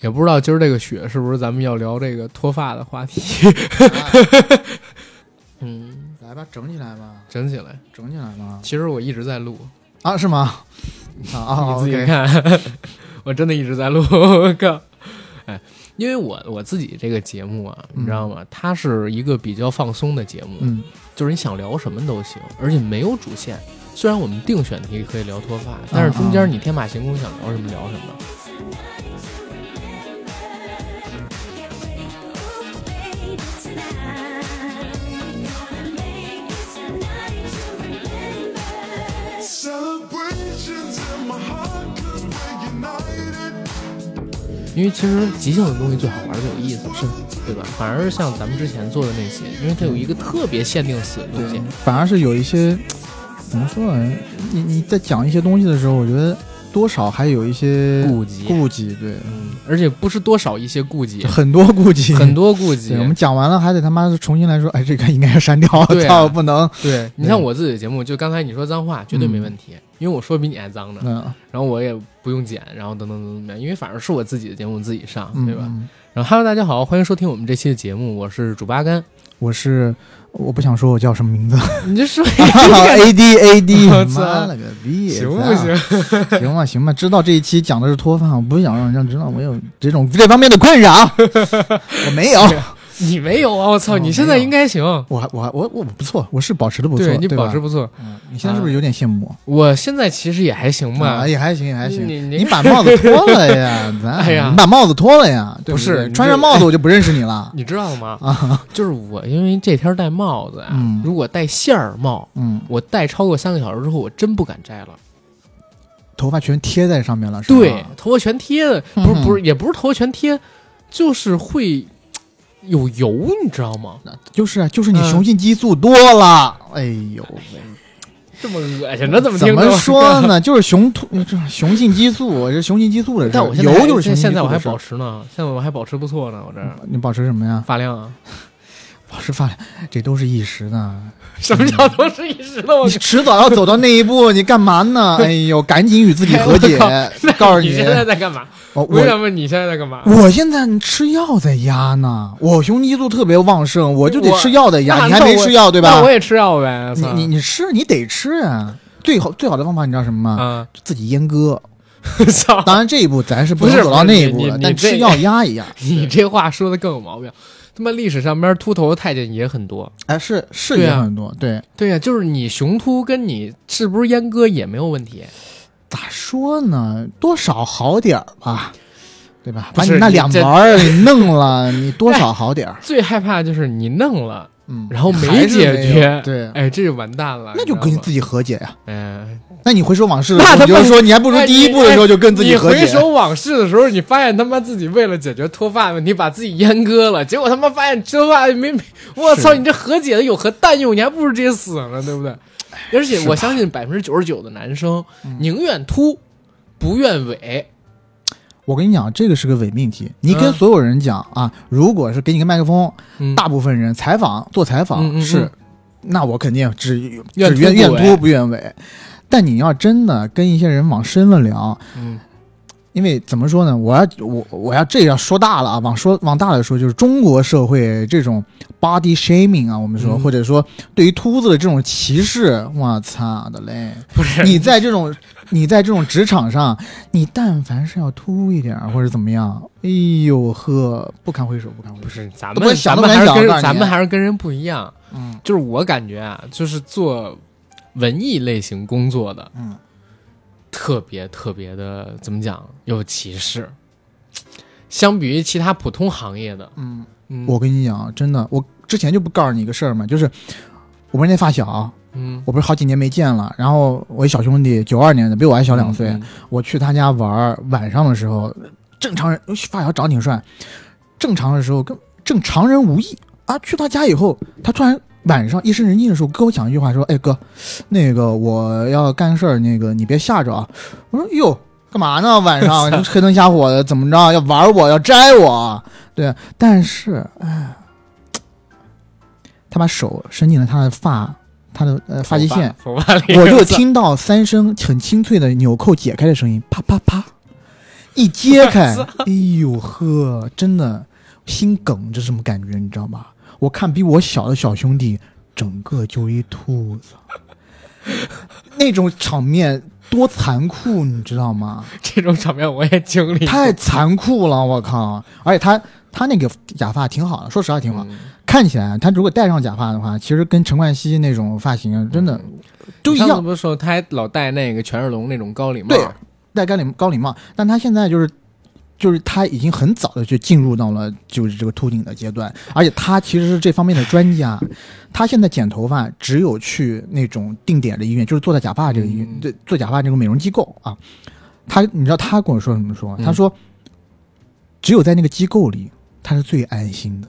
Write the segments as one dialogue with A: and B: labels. A: 也不知道今儿这个雪是不是咱们要聊这个脱发的话题。 嗯，
B: 来吧，整起来吧，
A: 整起来。
B: 整起来吧。
A: 其实我一直在录，
B: 啊，是吗？啊啊，
A: 你自己
B: OK
A: 看，我真的一直在录。我靠！哎，因为我我自己这个节目啊，你知道吗？它是一个比较放松的节目，
B: 嗯，
A: 就是你想聊什么都行，而且没有主线。虽然我们定选题可以聊脱发，但
B: 嗯
A: 是中间你天马行空，想聊什么聊什么。
C: Celebrations in my heart, cause we're united.
A: 因为其实即兴的东西最好玩儿、最有意思，是对吧？反而是像咱们之前做的那些，因为它有一个特别限定死的东
B: 对
A: 西，，
B: 反而是有一些怎么说呢？你你在讲一些东西的时候，我觉得多少还有一些
A: 顾忌
B: 顾忌，对，
A: 嗯，而且不是多少一些顾忌，
B: 很多顾 忌，
A: 很多顾忌
B: 对。。我们讲完了，还得他妈重新来说，哎，这个应该要删掉，
A: 对啊
B: 操，不能。
A: 对嗯你像我自己的节目，就刚才你说脏话绝对没问题，因为我说比你还脏呢，
B: 嗯，
A: 然后我也不用剪，然后等等等等等等，因为反正是我自己的节目，我自己上，
B: 嗯
A: 对吧？
B: 嗯
A: 然后 Hello，大家好，欢迎收听我们这期的节目，我是主播阿甘，
B: 我是我不想说我叫什么名字
A: 你就 说
B: ，A D A D，
A: 我操
B: 妈了个逼，
A: 行不行？？
B: 行吧，行吧，知道这一期讲的是脱发，我不想让人家知道我有这种这方面的困扰， 我没有，
A: 你没有啊！我操，
B: 哦
A: 你现在
B: 没有
A: 应该行，
B: 我我我我不错，我是保持的不错，
A: 对
B: 对
A: 你保持
B: 吧，
A: 不错。
B: 嗯你现在是不是有点羡慕我？
A: 我现在其实也还行吧
B: 啊，，也还行，也还
A: 嗯
B: 行。
A: 你你
B: 你把帽子脱了呀， 咱
A: 哎呀
B: 你把帽子脱了呀，对
A: 不是
B: 对
A: 你这
B: 穿上帽子我就不认识你了。
A: 你知道吗？就是我因为这天戴帽子啊，
B: 嗯
A: 如果戴线儿帽，
B: 嗯，
A: 我戴超过三个小时之后，我真不敢摘了。
B: 头发全贴在上面了，是吧？
A: 对，头发全贴的，不是
B: 嗯哼
A: 不是，也不是头发全贴，就是会有油，你知道吗？
B: 就是啊，就是你
A: 嗯
B: 雄性激素多了。哎呦喂，
A: 这么恶心呢？怎么
B: 怎
A: 听着
B: 么？说呢？就是雄突，这雄性激素，我是雄性激素的事
A: 但
B: 儿
A: 我，现在
B: 油就是
A: 现
B: 雄性激素
A: 现在我还
B: 的事
A: 保
B: 儿。
A: 持呢，现在我还保持不错呢，我这儿
B: 你保持什么呀？
A: 发量啊，
B: 保持发量，这都是一时
A: 哦
B: 的。
A: 什么叫都是一时的？我
B: 你迟早要走到那一步，你干嘛 呢？哎呦，赶紧与自己和解
A: 哎我！
B: 告诉
A: 你
B: 你，
A: 现在在干嘛？
B: 我
A: 我
B: 我
A: 想问你现在在干嘛？
B: 我现在吃药在压呢，我雄激素特别旺盛，我就得吃药在
A: 那
B: 压。你
A: 那
B: 还没
A: 我
B: 吃药对吧
A: 那我？也吃药呗。
B: 你
A: 操
B: 你你吃，你得吃啊！最好最好的方法你知道什么吗？
A: 啊，
B: 自己阉割。
A: 操！
B: 当然这一步咱是
A: 不
B: 能
A: 是
B: 走
A: 不
B: 到
A: 是
B: 那
A: 你
B: 一步
A: 你
B: 了
A: 你，
B: 但
A: 这
B: 吃药压一压。
A: 你这话说的更有毛病。他妈历史上边秃头的太监也很多。
B: 哎，是是
A: 对
B: 也
A: 啊
B: 很多，对，
A: 对呀、就是你雄秃跟你是不是阉割也没有问题。
B: 咋说呢？多少好点儿吧，对吧？
A: 不
B: 把
A: 是
B: 你那
A: 你
B: 两
A: 这
B: 毛儿给弄了，你多少好点儿。
A: 最害怕就是你弄了，
B: 嗯，
A: 然后
B: 还
A: 没
B: 是
A: 解
B: 有
A: 决，
B: 对，
A: 哎，这就完蛋了。
B: 那就跟自
A: 己，
B: 己和解呀、
A: 嗯、
B: 那你回首往事的
A: 那
B: 时候，
A: 他
B: 你
A: 妈
B: 就说你还不如
A: 哎
B: 第一
A: 你
B: 步的时候就跟自己
A: 你
B: 和
A: 回
B: 解。
A: 首往事的时候，你发现他妈自己为了解决脱发问题，把自己阉割了，结果他妈发现脱发没没，我操！
B: 是
A: 你这和解的有何蛋用？你还不如直接死了，对不对？而且
B: 是
A: 我
B: 吧嗯
A: 相信百分之九十九的男生宁愿秃，不愿萎。
B: 我跟你讲，这个是个伪命题。你跟
A: 嗯
B: 所有人讲啊，如果是给你个麦克风，
A: 嗯
B: 大部分人采访做采访、
A: 嗯嗯嗯
B: 是，那我肯定只只
A: 愿
B: 愿
A: 秃
B: 愿
A: 不
B: 秃不愿尾。但你要真的跟一些人往深了聊，
A: 嗯
B: 因为怎么说呢？我要我我要这要说大了啊，往说往大了说，就是中国社会这种 body shaming 啊，我们说，
A: 嗯
B: 或者说对于秃子的这种歧视，我操的嘞！
A: 不是
B: 你在这种你在这种职场上，你但凡是要秃一点儿或者怎么样，哎呦呵，不堪回首，不堪回
A: 不
B: 首。
A: 是咱
B: 都不
A: 们
B: 敢想
A: 咱们
B: 都不敢
A: 还是
B: 想
A: 跟
B: 我告诉你
A: 咱们还是跟人不一样。
B: 嗯，
A: 就是我感觉啊，就是做文艺类型工作的，
B: 嗯，
A: 特别特别的怎么讲有歧视，相比于其他普通行业的，
B: 嗯，
A: 嗯，
B: 我跟你讲啊，真的，我之前就不告诉你一个事儿嘛，就是我不是那发小，
A: 嗯，
B: 我不是好几年没见了，然后我一小兄弟，九二年的，比我还小两岁，
A: 嗯，
B: 我去他家玩儿，晚上的时候，正常人尤其发小长挺帅，正常的时候跟正常人无异啊。去他家以后，他突然晚上夜深人静的时候跟我讲一句话，说：“哎哥，那个我要干事儿，那个你别吓着啊。”我说：“哟，干嘛呢？晚上黑灯瞎火的，怎么着？要玩我，要摘我？对，但是哎，他把手伸进了他的发，他的呃发际线，
A: 头 发，头发里
B: 我就听到三声很清脆的纽扣解开的声音，啪啪啪，一揭开，哎呦呵，真的心梗，这什么感觉你知道吗？我看比我小的小兄弟，整个就一兔子， 那种场面多残酷，你知道吗？
A: 这种场面我也经历过，
B: 太残酷了，我靠！而且他他那个假发挺好的，说实话挺好，
A: 嗯
B: 看起来他如果戴上假发的话，其实跟陈冠希那种发型真的
A: 嗯
B: 都一
A: 你上次
B: 样，
A: 不是说他还老戴那个权志龙那种高礼帽？
B: 对戴高领高领帽。但他现在就是就是他已经很早的就进入到了就是这个秃顶的阶段，而且他其实是这方面的专家。 他现在剪头发只有去那种定点的医院，就是做的假发这个医院
A: 嗯，
B: 对、做假发这个美容机构啊。他你知道他跟我说什么说？他
A: 嗯
B: 说、只有在那个机构里，他是最安心的，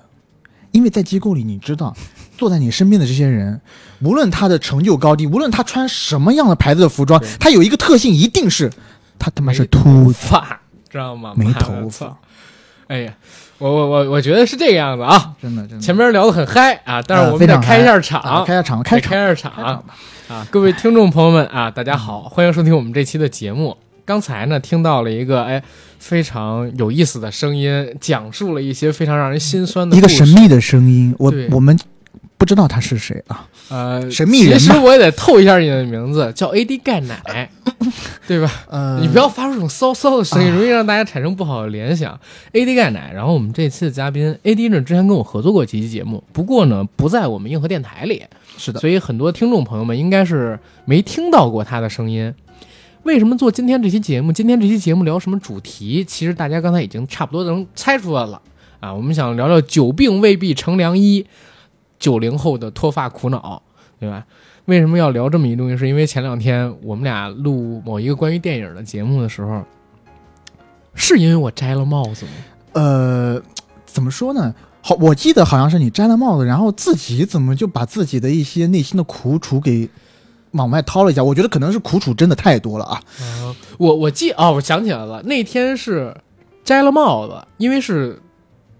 B: 因为在机构里你 知道，坐在你身边的这些人，无论他的成就高低，无论他穿什么样的牌子的服装
A: 对，哎
B: 他有一个特性，一定是他他妈是秃
A: 头
B: 子。
A: 发，知道吗？
B: 没
A: 妈的
B: 头发
A: 操。哎呀，我我我我觉得是这个样子啊。
B: 真的，真的。
A: 前面聊得很嗨啊，但是
B: 呃
A: 我
B: 嗯非
A: 们得
B: 常
A: 开一下场，
B: 啊开下场，
A: 开
B: 开场，
A: 开下场
B: 开场嗯
A: 啊
B: 吧。
A: 啊！各位听众朋友们啊，大家好，欢迎收听我们这期的节目。刚才呢，听到了一个哎非常有意思的声音，讲述了一些非常让人心酸的
B: 嗯一个
A: 故事
B: 神秘的声音，我
A: 对
B: 我们不知道他是谁啊。
A: 呃
B: 神秘人吧
A: 其实我也得透一下你的名字，叫 AD 钙奶，
B: 啊
A: 对吧？
B: 呃，
A: 你不要发出这种骚骚的
B: 啊
A: 声音，容易让大家产生不好的联想。AD 钙奶，然后我们这次的嘉宾 AD 呢，之前跟我合作过几期节目，不过呢不在我们硬核电台里，
B: 是的，
A: 所以很多听众朋友们应该是没听到过他的声音。为什么做今天这期节目？今天这期节目聊什么主题？其实大家刚才已经差不多能猜出来了啊。我们想聊聊“久病未必成良医”，九零后的脱发苦恼，对吧？为什么要聊这么一东西？是因为前两天我们俩录某一个关于电影的节目的时候，是因为我摘了帽子吗？
B: 呃，怎么说呢？好，我记得好像是你摘了帽子，然后自己怎么就把自己的一些内心的苦楚给往外掏了一下？我觉得可能是苦楚真的太多了啊。
A: 啊，我我记哦，我想起来了，那天是摘了帽子，因为是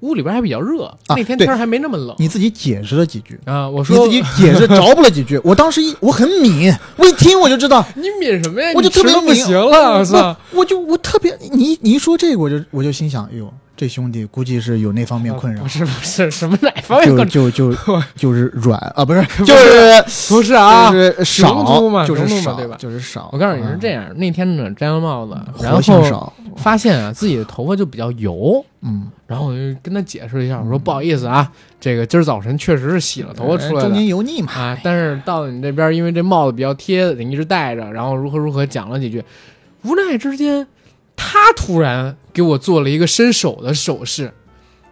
A: 屋里边还比较热，
B: 啊
A: 那天
B: 对
A: 天儿还没那么冷
B: 你自己解释了几句，
A: 啊。我
B: 我
A: 说
B: 你自己解释着不了几句， 我当时一我很敏，我一听我就知道，
A: 你抿什么呀？
B: 我就
A: 哎你
B: 特别
A: 吃了不
B: 敏
A: 行了，我
B: 不
A: 操！
B: 我就我特别你你一说这个，我就我就心想，哎呦，这兄弟估计是有那方面 困扰
A: 啊不。是不是什么哪方面
B: 就
A: 困扰？
B: 就 就就是软啊，不是，
A: 不是
B: 就是
A: 不是啊
B: 就，是
A: 浓
B: 少
A: 度嘛
B: 就是
A: 浓度嘛
B: 少，
A: 对吧
B: 就是少。
A: 我告诉你是
B: 嗯
A: 这样，那天呢摘了帽子，然
B: 活性
A: 后
B: 少，
A: 发现啊自己的头发就比较油。
B: 嗯，
A: 然后我就跟他解释一下，我说不好意思啊，这个今儿早晨确实是洗了头发出来
B: 哎中
A: 的，
B: 间油腻嘛，
A: 啊，但是到你这边儿，因为这帽子比较贴，你一直戴着，然后如何如何讲了几句，无奈之间，他突然给我做了一个伸手的手势，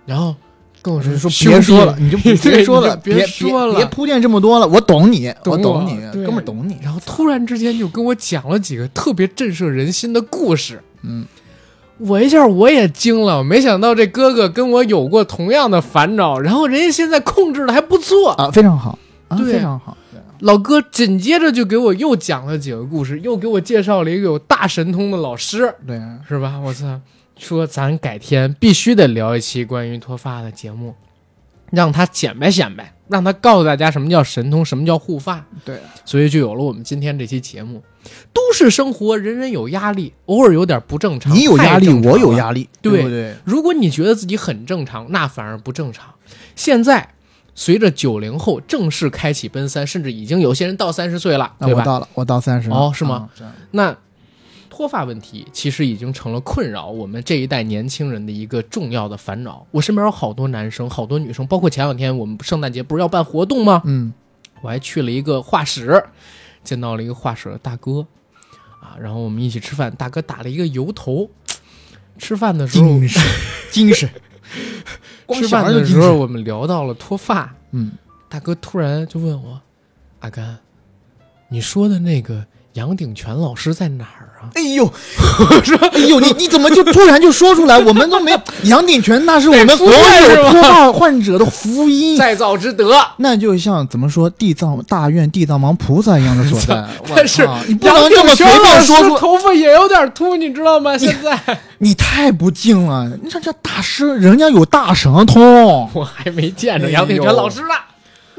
A: 然后跟我
B: 我
A: 说
B: 是说
A: 兄
B: 别
A: 弟
B: 说了， 你就
A: 对
B: 别
A: 你
B: 说
A: 就
B: 了，
A: 别
B: 别
A: 说
B: 别
A: 了
B: 别铺垫这么多了，我懂你，
A: 懂
B: 我
A: 我
B: 懂你，
A: 对
B: 哥们儿懂你。
A: 然后突然之间就跟我讲了几个特别震慑人心的故事，
B: 嗯，
A: 我一下我也惊了，没想到这哥哥跟我有过同样的烦恼，然后人家现在控制的还不错，
B: 啊，非常好啊，
A: 对
B: 非常好。
A: 老哥紧接着就给我又讲了几个故事，又给我介绍了一个有大神通的老师，
B: 对，
A: 是吧？我操，说咱改天必须得聊一期关于脱发的节目，让他显摆显摆，让他告诉大家什么叫神通，什么叫护发。
B: 对，
A: 所以就有了我们今天这期节目。都市生活人人有压力，偶尔有点不正常。
B: 你有压力，
A: 太正常
B: 我有
A: 了
B: 压力，
A: 对
B: 对不对？
A: 如果你觉得自己很正常，那反而不正常。现在随着九零后正式开启奔三，甚至已经有些人到三十岁了，
B: 那
A: 对
B: 我
A: 吧？
B: 到了，我到三十
A: 哦是吗？
B: 啊这样
A: 那脱发问题其实已经成了困扰我们这一代年轻人的一个重要的烦恼。我身边有好多男生，好多女生，包括前两天我们圣诞节不是要办活动吗？
B: 嗯，
A: 我还去了一个画室，见到了一个画室的大哥，啊，然后我们一起吃饭，大哥打了一个油头。吃饭的时候，
B: 精 神，精神。嗯 光
A: 吃
B: 想
A: 饭
B: 着就
A: 的时
B: 精
A: 候
B: 神，
A: 我们聊到了脱发，
B: 嗯，
A: 大哥突然就问我：“阿甘，你说的那个杨鼎全老师在哪儿啊
B: 哎呦， 哎呦，你你怎么就突然就说出来？我们都没有杨鼎全，那是我们所有脱发患者的福？” 音。
A: 再造之德。。
B: 那就像怎么说地藏大愿地藏王菩萨一样的所在
A: 但是
B: 我操你不能这么随便说出，
A: 头发也有点秃，你知 道吗？现在
B: 你太不敬了。你像这大师，人家有大神通，
A: 哎我还没见着杨鼎全老师呢。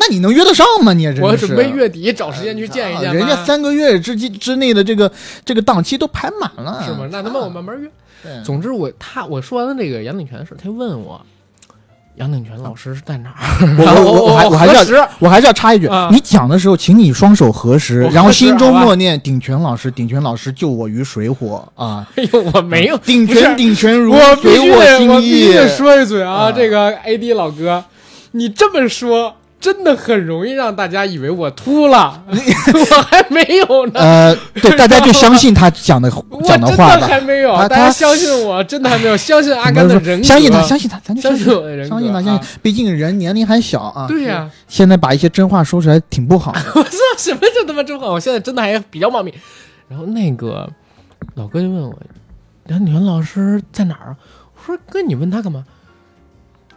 B: 那你能约得上吗？你也真
A: 我
B: 的是
A: 准备月底找时间去见一见吧。
B: 人家三个月之际之内的这个这个档期都排满了，
A: 是吗？那他妈我慢慢约。
B: 对
A: 总之我他我说完了这个杨鼎全的事，他就问我杨鼎全老师是在哪儿？
B: 我
A: 然后
B: 我我我还我还
A: 核
B: 是
A: 实
B: 要我还是要插一句
A: 啊，
B: 你讲的时候，请你双手合十
A: 我，核
B: 然后
A: 实
B: 心中
A: 好吧
B: 默念鼎全老师，鼎全老师救我于水火啊！
A: 哎呦，我没有，
B: 鼎
A: 不是
B: 全鼎全如
A: 我必
B: 水
A: 须得
B: 火
A: 我
B: 心
A: 必须
B: 意，
A: 得说一嘴啊，
B: 啊
A: 这个 AD 老哥，你这么说。真的很容易让大家以为我秃了， 我还没有呢，
B: 呃，对，大家就相信他讲的
A: 我
B: 讲
A: 真
B: 的话
A: 的
B: 吧，
A: 还没有，
B: 他
A: 大家
B: 他
A: 相信我，真的还没有，相信阿
B: 很多
A: 甘的
B: 人
A: 人
B: 说
A: 格，
B: 相信他，相信他，咱就
A: 相
B: 相
A: 信
B: 信
A: 我的人
B: 他，
A: 格
B: 相信他，相信
A: 啊
B: 他，毕竟人年龄还小啊。
A: 对呀
B: 现在把一些真话说出来挺不好的。
A: 我知道什么叫他妈真话，我现在真的还比较冒昧。然后那个老哥就问我，梁景元老师在哪儿啊？我说哥，你问他干嘛？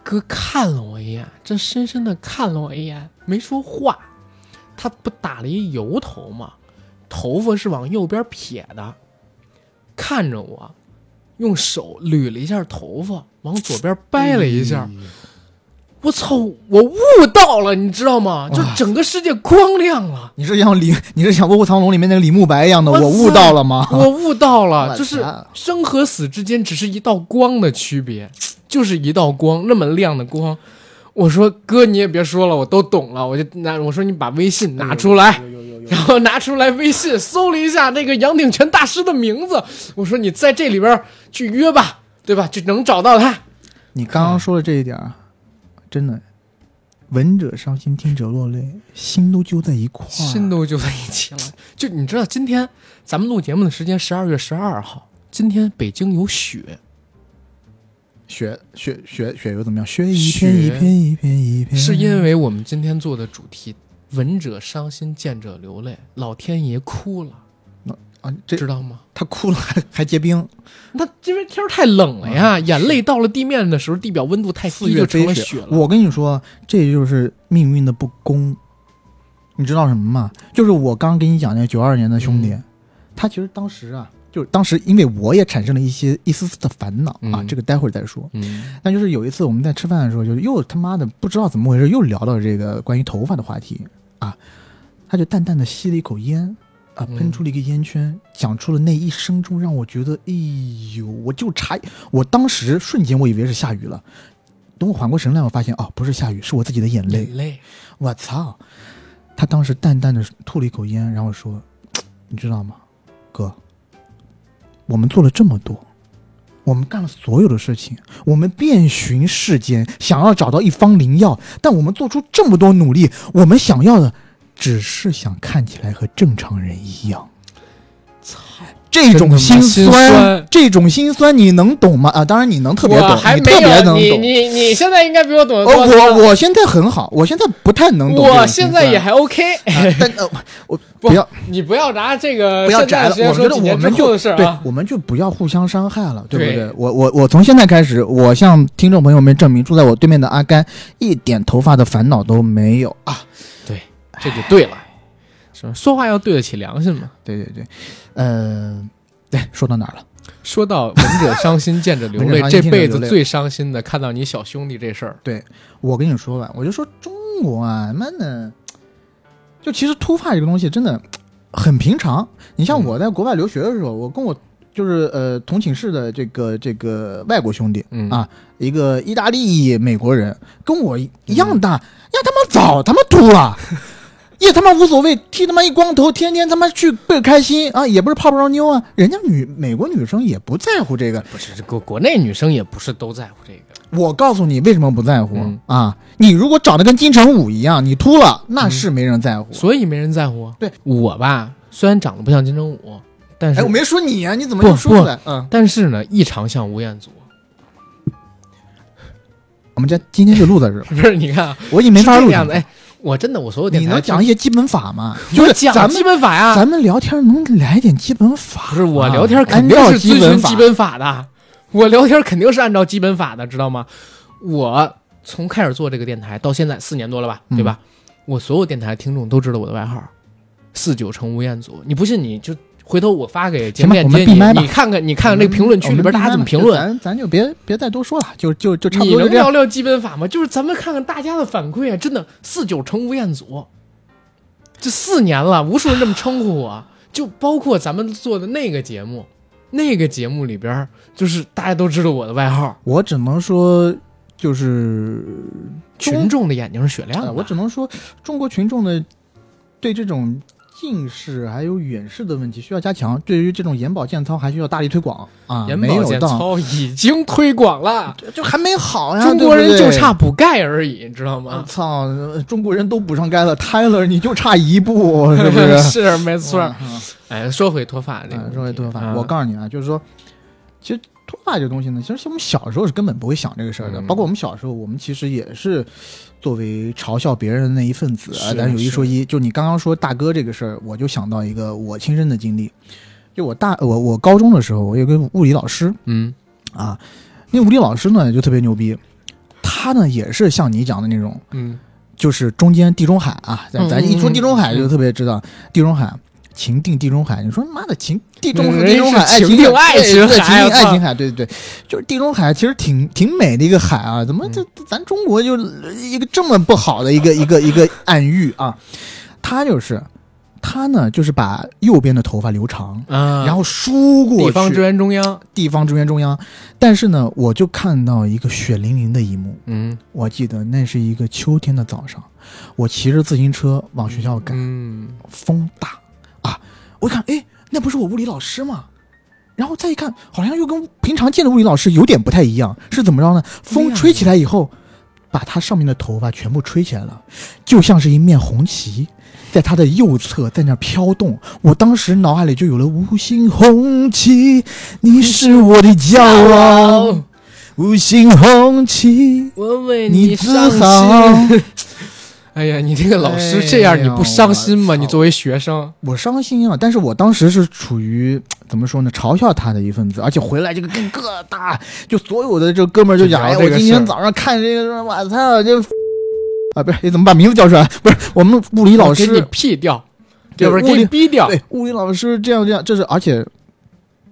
A: 哥看了我一眼，这深深的看了我一眼，没说话。他不打了一油头嘛，头发是往右边撇的，看着我，用手捋了一下头发，往左边掰了一下。我操！我悟到了，你知道吗？就
B: 哇
A: 整个世界光亮了。
B: 你是像李，你是像《卧虎藏龙》里面那个李慕白一样的，
A: 我
B: 我悟
A: 操
B: 到了 吗？
A: 我悟到了，
B: 我
A: 就是
B: 操
A: 生和死之间只是一道光的区别， 就是一道光，那么亮的光。我说哥，你也别说了，我都懂了。我就拿我说你把微信拿出来，然后拿出来微信搜了一下那个杨鼎全大师的名字。我说你在这里边儿去约吧，对吧？就能找到他。
B: 你刚刚说的这一点，啊，真的，闻者伤心，听者落泪，心都揪在一块儿。
A: 心都揪在一起了。就你知道，今天咱们录节目的时间十二月十二号，今天北京有雪，
B: 雪雪雪雪又怎么样？雪一
A: 雪
B: 片一片一片一片，
A: 是因为我们今天做的主题“闻者伤心，见者流泪”，老天爷哭了，
B: 啊，这
A: 知道吗？
B: 他哭了还还结冰，
A: 那因为天儿太冷了呀，眼泪到了地面的时候，地表温度太
B: 四
A: 低，
B: 月
A: 就成
B: 飞
A: 了
B: 雪
A: 雪了。
B: 我跟你说，这就是命运的不公。你知道什么吗？就是我刚刚跟你讲那九二年的兄弟，
A: 嗯
B: 他其实当时啊，就是当时因为我也产生了一些一丝丝的烦恼啊，
A: 嗯
B: 这个待会儿再说。
A: 嗯
B: 那就是有一次我们在吃饭的时候，就是又他妈的不知道怎么回事，又聊到这个关于头发的话题啊，他就淡淡的吸了一口烟啊，
A: 嗯
B: 喷出了一个烟圈，讲出了那一生中让我觉得，哎呦，我就差一，我当时瞬间我以为是下雨了，等我缓过神来，我发现哦，不是下雨，是我自己的眼泪，
A: 眼泪，
B: 我操！他当时淡淡的吐了一口烟，然后说：“你知道吗，哥，我们做了这么多，我们干了所有的事情，我们遍寻世间，想要找到一方灵药，但我们做出这么多努力，我们想要的只是想看起来和正常人一样。”
A: 操！
B: 这种
A: 真他妈心酸
B: 这种心酸，你能懂吗？啊，当然你能特别懂，
A: 我还
B: 你
A: 没
B: 特别
A: 有
B: 能
A: 你，
B: 懂。
A: 你你现在应该比哦我懂得
B: 呃，
A: 多。
B: 我我现在很好，我现在不太能懂这
A: 我
B: 种心酸。
A: 现在也还 OK，
B: 啊但呃，我
A: 不
B: 不要
A: 你不要拿这个
B: 不要
A: 现在
B: 宅了
A: 时，间
B: 我
A: 说
B: 觉得
A: 几
B: 我
A: 年之
B: 们
A: 后
B: 就
A: 的事儿
B: 对
A: 啊，。
B: 我们就不要互相伤害了，对不
A: 对
B: 对？我我我从现在开始，我向听众朋友们证明，住在我对面的阿甘一点头发的烦恼都没有啊！
A: 对，这就对了，是吧？说话要对得起良心嘛。
B: 对对对，呃，对，说到哪儿了？
A: 说到闻者伤心，见者流
B: 闻者
A: 泪，
B: 伤
A: 这
B: 心
A: 辈
B: 见者
A: 子
B: 流泪
A: 最伤心的，看到你小兄弟这事儿，
B: 我跟你说吧，我就说中国啊，妈的，就其实秃发这个东西真的很平常。你像
A: 嗯
B: 我在国外留学的时候，我跟我就是呃同寝室的这个这个外国兄弟，
A: 嗯
B: 啊，一个意大利美国人跟我一样大， 呀他妈早他妈秃了，也他妈无所谓，剃他妈一光头，天天他妈去倍儿开心啊，也不是泡不着妞啊，人家女美国女生也不在乎这个。
A: 不是国国内女生也不是都在乎这个，
B: 我告诉你为什么不在乎、
A: 嗯
B: 啊，你如果长得跟金城武一样，你秃了那是没人在乎。
A: 所以没人在乎。啊
B: 对
A: 我吧，虽然长得不像金城武，但是、
B: 哎，我没说你啊，你怎么
A: 不
B: 又说出来？嗯，
A: 但是呢，异常像吴彦祖。
B: 我们这今天就录到这儿，
A: 不是，你看啊，
B: 我已经没法
A: 是
B: 录
A: 这
B: 下
A: 样的。
B: 来。
A: 哎，我真的，我所有电
B: 你
A: 台
B: 能
A: 听
B: 讲一些基本法吗？就
A: 我
B: 是
A: 讲
B: 咱
A: 基
B: 们
A: 本法呀？
B: 咱们聊天能来点基本法？
A: 不是我聊天肯
B: 按
A: 定
B: 照
A: 是
B: 基
A: 遵
B: 本
A: 循
B: 法
A: 基本法的，我聊天肯定是按照基本法的，知道吗？我从开始做这个电台到现在四年多了吧，
B: 嗯
A: 对吧？我所有电台听众都知道我的外号，四九乘吴彦祖。你不信你就回头我发给节
B: 行
A: 目
B: 吧
A: 链
B: 我们
A: 接
B: 闭
A: 你
B: 麦，吧
A: 你看看你看看这个评论区里边大家怎么评
B: 嗯我
A: 论。
B: 们闭麦吧就咱咱就别别再多说了，就就就差不
A: 你
B: 多就
A: 能
B: 这样
A: 聊。聊基本法吗？就是咱们看看大家的反馈啊，真的四九乘吴彦祖，这四年了，无数人这么称呼我，就包括咱们做的那个节目，那个节目里边儿，就是大家都知道我的外号，
B: 我只能说，就是中
A: 群众的眼睛是雪亮
B: 呃
A: 的。
B: 我只能说，中国群众的对这种近视还有远视的问题需要加强，对于这种眼保健操还需要大力推广啊。
A: 眼
B: 没
A: 保
B: 有啊
A: 健
B: 到，
A: 操已经推广了，
B: 就还没好呀。
A: 中国人
B: 对不
A: 就
B: 对
A: 差补钙而已，你知道
B: 我
A: 吗？
B: 操，中国人都补上钙了，Tyler 你就差一步，是不是？
A: 是没错儿。
B: 嗯
A: 哎，说回脱发这个问
B: 嗯，
A: 题，
B: 说回脱发，
A: 啊
B: 我告诉你啊，就是说，其实脱发这东西呢，其实我们小时候是根本不会想这个事儿的。
A: 嗯
B: 包括我们小时候，我们其实也是作为嘲笑别人的那一份子啊
A: 是。
B: 但有一
A: 是
B: 说一，就你刚刚说大哥这个事儿，我就想到一个我亲身的经历。就我大我我高中的时候，我有个物理老师
A: 嗯
B: 啊，那物理老师呢就特别牛逼，他呢也是像你讲的那种，
A: 嗯，
B: 就是中间地中海啊，咱
A: 嗯
B: 咱一说地中海
A: 嗯
B: 就
A: 嗯
B: 特别知道、地中海。情定地中海，你说妈的情地中
A: 嗯
B: 地中海
A: 人是
B: 爱情
A: 情定
B: 海
A: 爱
B: 对
A: 情
B: 对
A: 海
B: 情
A: 我
B: 定
A: 操
B: 爱情海，对对对，就是地中海其实挺挺美的一个海啊，怎
A: 嗯
B: 么这这咱中国就一个这么不好的一个一个一个暗喻啊？他就是他呢，就是把右边的头发留长，
A: 啊，
B: 然后梳过去
A: 地方支援中央，
B: 地方支援中央，但是呢，我就看到一个血淋淋的一幕，
A: 嗯
B: 我记得那是一个秋天的早上，我骑着自行车往学校赶，
A: 嗯，
B: 风大啊！我一看，哎，那不是我物理老师吗？然后再一看，好像又跟平常见的物理老师有点不太一样，是怎么着呢？风吹起来以后，把他上面的头发全部吹起来了，就像是一面红旗，在他的右侧在那飘动。我当时脑海里就有了“五星红旗，你是我的骄傲，五星红旗，
A: 我为
B: 你自
A: 伤
B: 豪
A: 心。”哎呀，你这个老师这样，你不伤心吗？
B: 哎呀我操
A: 你作为学生，
B: 我伤心啊，但是我当时是处于怎么说呢，嘲笑他的一份子，而且回来这个更个大，就所有的这哥们儿就讲，
A: 就聊
B: 哎呀，
A: 这
B: 我
A: 个
B: 今
A: 事
B: 天
A: 儿
B: 早上看这个，我操，这啊，不是，你怎么把名字叫出来？不是，我们物理老
A: 我给你啊
B: 师，
A: P 掉，
B: 对
A: 要不然给
B: 物
A: 你
B: 理
A: 逼掉。
B: 对，物理老师这样这样，这是而且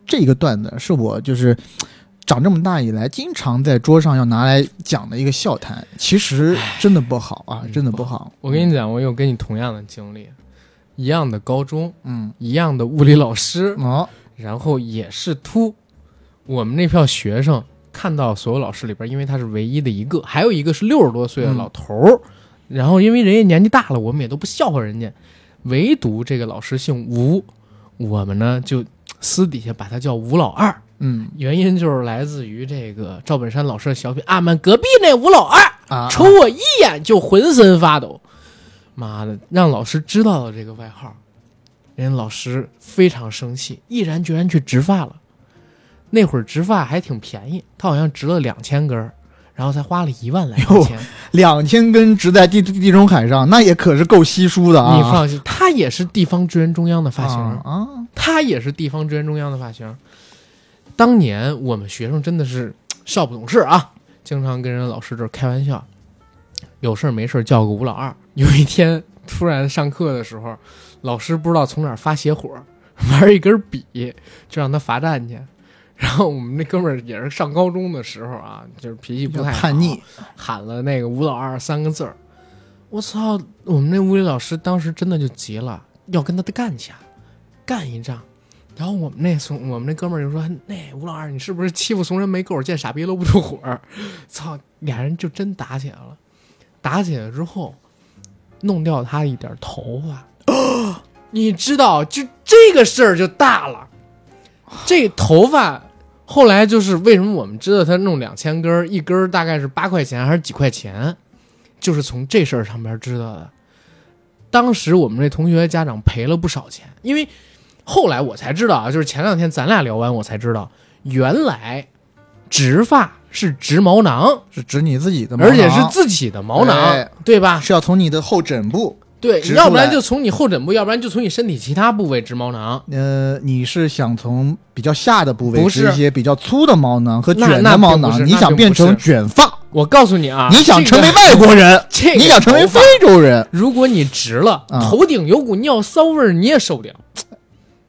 B: 这一个段子是我就是长这么大以来经常在桌上要拿来讲的一个笑谈，其实真的不好啊，
A: 嗯
B: 真的
A: 不
B: 不好。
A: 我跟你讲，我有跟你同样的经历，一样的高中，
B: 嗯，
A: 一样的物理老师，
B: 哦，
A: 然后也是秃。我们那票学生看到所有老师里边，因为他是唯一的一个，还有一个是六十多岁的老头儿。然后因为人家年纪大了，我们也都不笑话人家，唯独这个老师姓吴，我们呢就私底下把他叫吴老二。
B: 嗯
A: 原因就是来自于这个赵本山老师的小品《俺们隔壁那吴老二
B: 啊，》，
A: 瞅我一眼就浑身发抖。妈的，让老师知道了这个外号，人家老师非常生气，毅然决然去植发了。那会儿植发还挺便宜，他好像植了两千根儿，然后才花了一万来块
B: 哟
A: 钱。
B: 两千根植在地地中海上，那也可是够稀疏的啊！
A: 你放心，他也是地方支援中央的发型。
B: 啊啊，
A: 他也是地方支援中央的发型。当年我们学生真的是少不懂事啊，经常跟人老师这儿开玩笑，有事儿没事儿叫个吴老二。有一天突然上课的时候，老师不知道从哪儿发邪火， 玩一根笔，就让他罚站去。然后我们那哥们儿也是上高中的时候啊，就是脾气
B: 比
A: 不
B: 较
A: 太好
B: 叛逆，
A: 喊了那个“吴老二”三个字儿，我操！我们那物理老师当时真的就急了，要跟他干起来，干一仗。然后我们那怂，我们那哥们儿就说：“那吴老二，你是不是欺负怂人没够，见傻逼搂不住火儿？”操，俩人就真打起来了。打起来之后，弄掉他一点头发，你知道，就这个事儿就大了。这头发后来就是为什么我们知道他弄两千根儿，一根儿大概是八块钱还是几块钱，就是从这事儿上边知道的。当时我们这同学家长赔了不少钱，因为后来我才知道啊，就是前两天咱俩聊完我才知道，原来植发是植毛囊，
B: 是指你自己的毛囊，
A: 而且是自己的毛囊，
B: 哎
A: 对吧？
B: 是要从你的后枕部。
A: 对，
B: 植出
A: 要不然
B: 来
A: 就从你后枕部，要不然就从你身体其他部位植毛囊。
B: 呃，你是想从比较下的部位
A: 不
B: 植
A: 是
B: 一些比较粗的毛囊和
A: 那
B: 卷
A: 那
B: 的毛
A: 并不是
B: 囊，你
A: 那并
B: 想
A: 不
B: 变成
A: 是
B: 卷发，
A: 我告诉你啊，
B: 你想
A: 这
B: 成
A: 个
B: 为外国 人，
A: 这个
B: 你想成为
A: 头发
B: 非洲人，
A: 如果你直了，
B: 啊
A: 头顶有股尿骚味儿，你也受不了。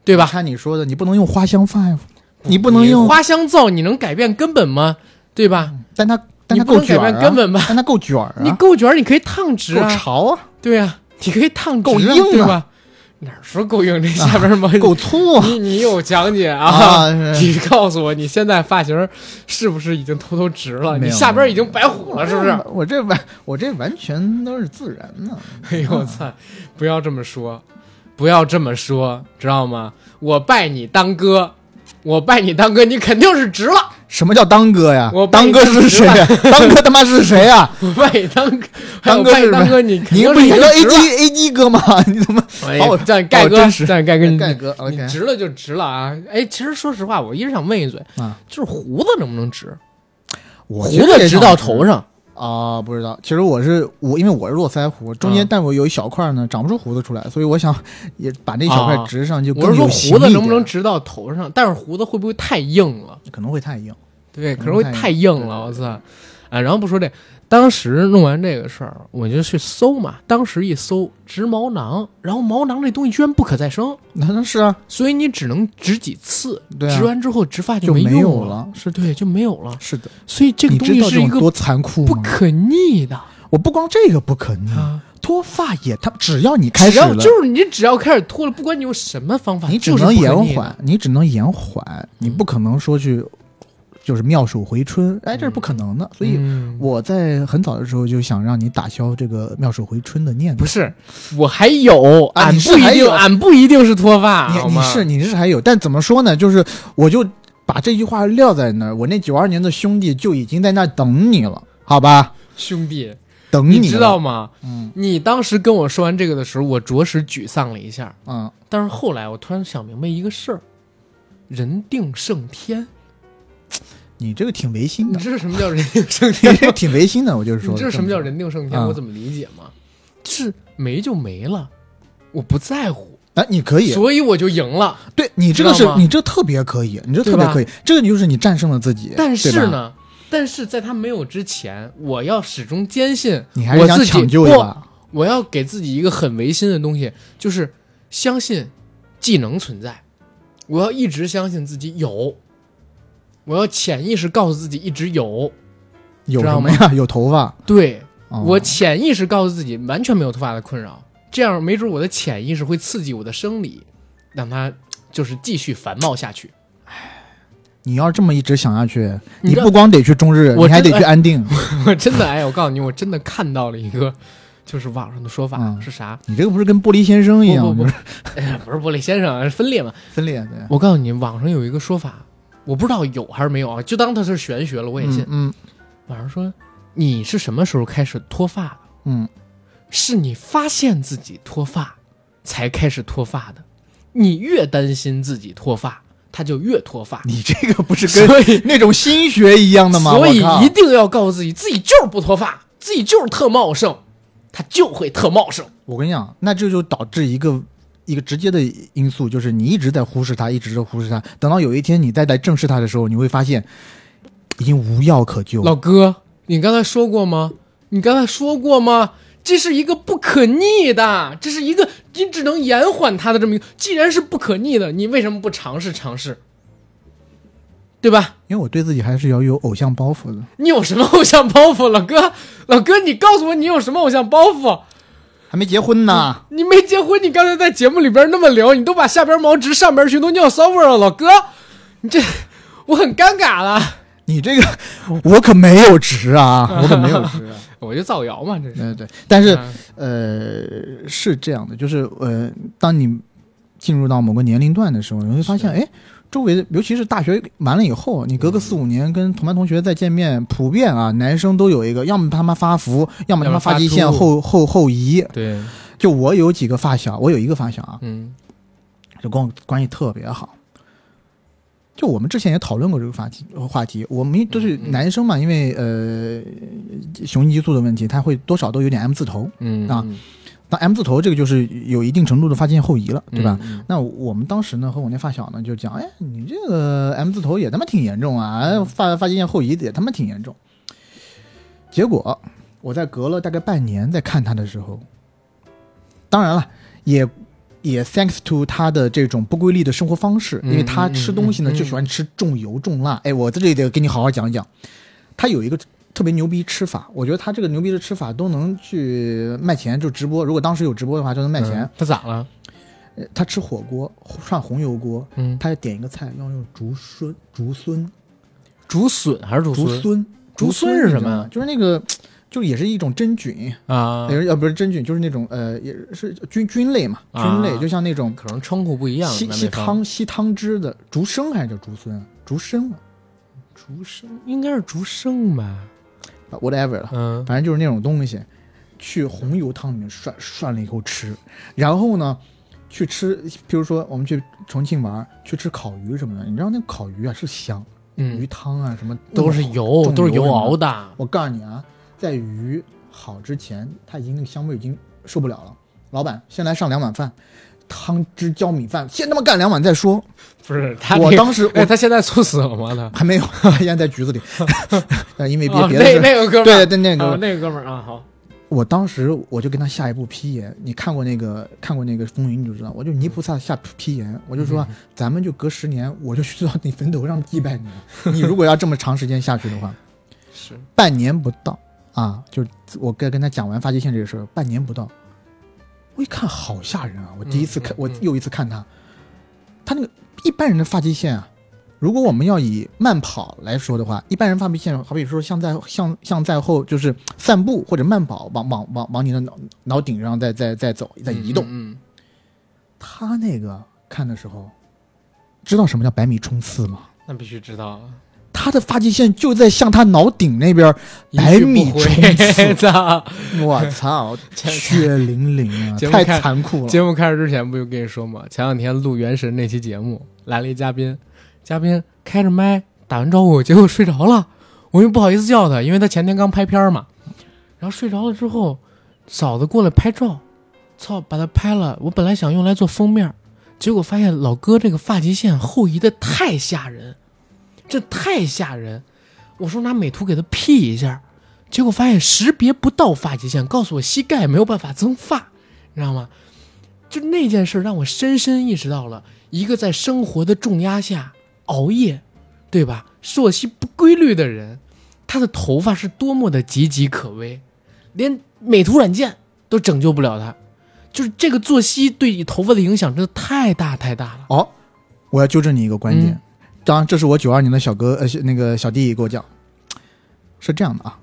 A: 对吧？
B: 看你说的，你不能用花香饭呀，你不能用，
A: 花香皂，你能改变根本吗？对吧？
B: 但它但它
A: 你不
B: 够
A: 能改
B: 卷儿
A: 变
B: 啊，
A: 根本吧？
B: 但它够卷儿啊，
A: 你够卷儿，你可以烫直
B: 够
A: 啊，
B: 潮啊，
A: 对啊，你可以烫直、啊，
B: 够硬啊
A: 对吧？哪儿说够硬？这下边儿嘛，
B: 够粗 啊
A: 你你有讲解啊？
B: 啊！是
A: 你告诉我，你现在发型是不是已经偷偷直了？你
B: 没有
A: 下边已经白虎啊了，是不是？？
B: 我这完，我这完全都是自然的。
A: 哎呦 我操！不要这么说，不要这么说，知道吗？我拜你当哥，我拜你当哥，你肯定是直了。
B: 什么叫当哥呀
A: 我？
B: 当哥是谁呀？ 当哥他妈是谁呀？
A: 我拜你当哥，
B: 当
A: 我
B: 哥
A: 拜你
B: 是
A: 当哥， 你肯
B: 你
A: 定
B: 不
A: 是
B: 也叫 A
A: 直了
B: G A G 哥吗？ 你怎么
A: 哎
B: 把我
A: 这样
B: 把
A: 盖
B: 我
A: 哥，
B: 真实
A: 这样盖哥，你
B: 盖哥
A: 你
B: ？OK
A: 直了就直了啊！哎，其实说实话，我一直想问一嘴，
B: 啊，
A: 就是胡子能不能直？
B: 我
A: 胡
B: 觉得
A: 子
B: 也
A: 直到头上，
B: 啊，不知道。其实我是我，因为我是络腮胡，中间
A: 嗯
B: 但我有一小块呢，长不出胡子出来，所以我想也把那小块
A: 啊
B: 直上，就
A: 我是
B: 更
A: 说
B: 有型
A: 胡子
B: 一
A: 能不
B: 点
A: 能直到头上？但是胡子会不会太硬了？
B: 可能会 太硬。
A: 对，
B: 可
A: 可
B: 能
A: 能会
B: 太
A: 太
B: 硬
A: 硬
B: 对
A: 了，我
B: 对
A: 操！啊，然后不说这，当时弄完这个事儿，我就去搜嘛，当时一搜植毛囊，然后毛囊这东西居然不可再生，
B: 那是啊，
A: 所以你只能植几次，
B: 对啊
A: 植完之后植发
B: 就
A: 没
B: 没有
A: 用，
B: 了。是的，
A: 对，就没有了。
B: 是的。
A: 所以这个
B: 你
A: 东
B: 知
A: 西
B: 道这
A: 是一
B: 种
A: 个
B: 多残酷
A: 不
B: 吗？
A: 可逆的
B: 我不光这个不可逆，
A: 啊！
B: 脱发也，它只要你开
A: 只
B: 始
A: 要
B: 了，
A: 就是你只要开始脱了，不管你用什么方法，
B: 你只
A: 啊就是
B: 能
A: 不可
B: 延
A: 逆的
B: 缓，你只能延缓，你
A: 嗯
B: 不可能说去就是妙手回春，哎，这是不可能的。所以
A: 嗯
B: 我在很早的时候就想让你打消这个妙手回春的念头
A: 不。是，我还有，
B: 啊
A: 俺
B: 你是
A: 不一
B: 还
A: 定，
B: 有
A: 俺不一定是脱发，好
B: 你你
A: 吗
B: 是你是还有，但怎么说呢？就是我就把这句话撂在那儿，我那九二年的兄弟就已经在那儿等你了，好吧？
A: 兄弟，
B: 等
A: 你
B: 了
A: 知道？吗？
B: 嗯
A: 你当时跟我说完这个的时候，我着实沮丧了一下。
B: 嗯，
A: 但是后来我突然想明白一个事儿：人定胜天。
B: 你这个挺违心
A: 你
B: 的，
A: 知道什么叫人定胜
B: 你
A: 天 吗
B: 这个？挺违心的，我就是说，
A: 你知道什么叫人？定胜天？
B: 嗯
A: 我怎么理解吗？是没就没了，我不在乎，
B: 哎，你可以，
A: 所以我就赢了。
B: 对你这个
A: 知
B: 是
A: 道吗
B: 你这特别可以，你这特
A: 对
B: 别
A: 吧
B: 可以，这个就是你战胜了自己。
A: 但
B: 对
A: 是
B: 吧，
A: 呢，但是在他没有之前，我要始终坚信
B: 你还是
A: 我
B: 想
A: 自己
B: 抢救一
A: 不，
B: 把，
A: 我要给自己一个很唯心的东西，就是相信技能存在。我要一直相信自己有，我要潜意识告诉自己一直有。
B: 有
A: 知
B: 什
A: 道
B: 么呀？有头发。
A: 对、
B: 哦
A: 我潜意识告诉自己完全没有脱发的困扰，这样没准我的潜意识会刺激我的生理，让它就是继续繁茂下去。
B: 你要这么一直想下去，
A: 你
B: 你
A: 知道
B: 不光得去中日，
A: 我
B: 你还得
A: 真的
B: 去安定。
A: 我真的哎，我告诉你，我真的看到了一个，就是网上的说法、
B: 嗯
A: 是啥？
B: 你这个不是跟玻璃先生一样
A: 不不
B: 就是
A: 哎呀，不是玻璃先生，分裂嘛。
B: 分裂的？
A: 我告诉你，网上有一个说法，我不知道有还是没有啊，就当它是玄学了，我也信。
B: 嗯
A: 网上说你是什么时候开始脱发的？
B: 嗯
A: 是你发现自己脱发才开始脱发的。你越担心自己脱发，它就越脱发。
B: 你这个不是跟
A: 所以，
B: 那种心学一样的吗？
A: 所以
B: 我靠
A: 一定要告诉自己，自己就是不脱发，自己就是特茂盛，它就会特茂盛。
B: 我跟你讲，那这就导致一个一个直接的因素，就是你一直在忽视它，一直在忽视它。等到有一天你再来正视它的时候，你会发现已经无药可救。
A: 老哥，你刚才说过吗？你刚才说过吗？这是一个不可逆的，这是一个你只能延缓它的这么一个。既然是不可逆的，你为什么不尝试尝试？对吧？
B: 因为我对自己还是要有偶像包袱的，
A: 你有什么偶像包袱，老哥？老哥，你告诉我你有什么偶像包袱？
B: 还没结婚呢。
A: 你没结婚，你刚才在节目里边那么聊，你都把下边毛直，上边去都尿骚味儿了，老哥，你这我很尴尬了。
B: 你这个我可没有值啊， 我可没有值啊。
A: 我就造谣嘛，这是。
B: 对对，但是
A: 嗯
B: 呃是这样的，就是呃，当你进入到某个年龄段的时候，你会发现，哎，周围的，尤其是大学完了以后，你隔个四五年跟同班同学再见面，普遍啊，男生都有一个，要么他妈发福，要么他
A: 要
B: 妈
A: 么
B: 发
A: 发
B: 际线
A: 秃
B: 后后后移。
A: 对，
B: 就我有几个发小，我有一个发小啊，
A: 嗯
B: 就跟我关系特别好。就我们之前也讨论过这个话题，话题我们都是
A: 嗯嗯
B: 男生嘛，因为呃雄性激素的问题，他会多少都有点 M 字头。
A: 嗯
B: 啊那 M 字头这个就是有一定程度的发际线后移了，对吧？？
A: 嗯
B: 那我们当时呢，和我那发小呢就讲，哎，你这个 M 字头也他妈挺严重啊，哎发发际线后移也他妈挺严重。结果我在隔了大概半年再看他的时候，当然了，也也 thanks to 他的这种不规律的生活方式，
A: 嗯
B: 因为他吃东西呢、
A: 嗯嗯
B: 就喜欢吃重油重辣。哎，我在这里得给你好好讲一讲，他有一个特别牛逼吃法，我觉得他这个牛逼的吃法都能去卖钱，就直播。如果当时有直播的话，就能卖钱
A: 嗯。他咋了？
B: 呃他吃火锅涮红油锅，
A: 嗯，
B: 他点一个菜要用竹荪、竹荪、
A: 竹笋还是竹
B: 竹
A: 笋
B: 荪、
A: 竹荪是
B: 你知
A: 什么
B: 道
A: 呀
B: 吗？就是那个，就也是一种真菌。
A: 啊？
B: 也是呃不是真菌，就是那种呃也是菌菌类嘛，菌
A: 啊
B: 类就像那种
A: 可能称呼不一样。
B: 吸
A: 南
B: 吸
A: 北方
B: 汤吸汤汁的竹荪还是叫竹荪啊？竹荪啊
A: 竹笙应该是竹笙吧？
B: 啊，whatever 了，
A: 嗯
B: 反正就是那种东西，去红油汤里面涮涮了以后吃，然后呢，去吃，比如说我们去重庆玩，去吃烤鱼什么的，你知道那烤鱼啊是香，鱼
A: 嗯，
B: 汤啊什么
A: 都是
B: 嗯
A: 油，
B: 重
A: 都是油
B: 油什么
A: 熬的。
B: 我告诉你啊，在鱼好之前，它已经那个香味已经受不了了。老板，先来上两碗饭，汤汁浇米饭，先他妈干两碗再说。
A: 不是他
B: 我
A: 那
B: 当时
A: 哎，
B: 我
A: 他现在猝死了吗？他
B: 还没有，现在在局子里，呃因为别
A: 啊
B: 别的事
A: 那那
B: 儿。
A: 个哥们
B: 对
A: 儿
B: 对，那
A: 啊
B: 个，
A: 那个哥们儿啊，好，
B: 我当时我就跟他下一步批言，你看过那个看过那个风云你就知道，我就泥菩萨下批言，我就
A: 嗯
B: 说咱们就隔十年，我就去到你坟头上祭拜你，你如果要这么长时间下去的话，
A: 是
B: 半年不到啊，就是我跟跟他讲完发际线这个事儿，半年不到，我一看好吓人啊！我第一次看，
A: 嗯嗯
B: 我
A: 嗯
B: 又一次看他，他那个一般人的发际线啊，如果我们要以慢跑来说的话，一般人发际线好比说像在像像在后就是散步或者慢跑，往往往往你的脑脑顶上在在在走在移动，
A: 嗯，
B: 他那个看的时候，知道什么叫百米冲刺吗？
A: 嗯那必须知道啊。
B: 他的发际线就在向他脑顶那边儿百米冲刺，
A: 的。
B: 我操，
A: 前
B: 血淋淋啊，
A: 节目
B: 太
A: 看
B: 残酷了。
A: 节目开始之前不就跟你说吗？前两天录《原神》那期节目，来了一嘉宾，嘉宾开着麦打完招呼，结果睡着了，我又不好意思叫他，因为他前天刚拍片儿嘛。然后睡着了之后，嫂子过来拍照，操，把他拍了。我本来想用来做封面儿，结果发现老哥这个发际线后移的太吓人，这太吓人。我说拿美图给他 P 一下，结果发现识别不到发际线，告诉我膝盖没有办法增发，你知道吗？就那件事让我深深意识到了，一个在生活的重压下熬夜，对吧？作息不规律的人，他的头发是多么的岌岌可危，连美图软件都拯救不了他。就是这个作息对你头发的影响真的太大太大了。
B: 哦，我要纠正你一个观点
A: 嗯，
B: 当然这是我九二年的小哥呃小那个小弟给我讲，是这样的啊，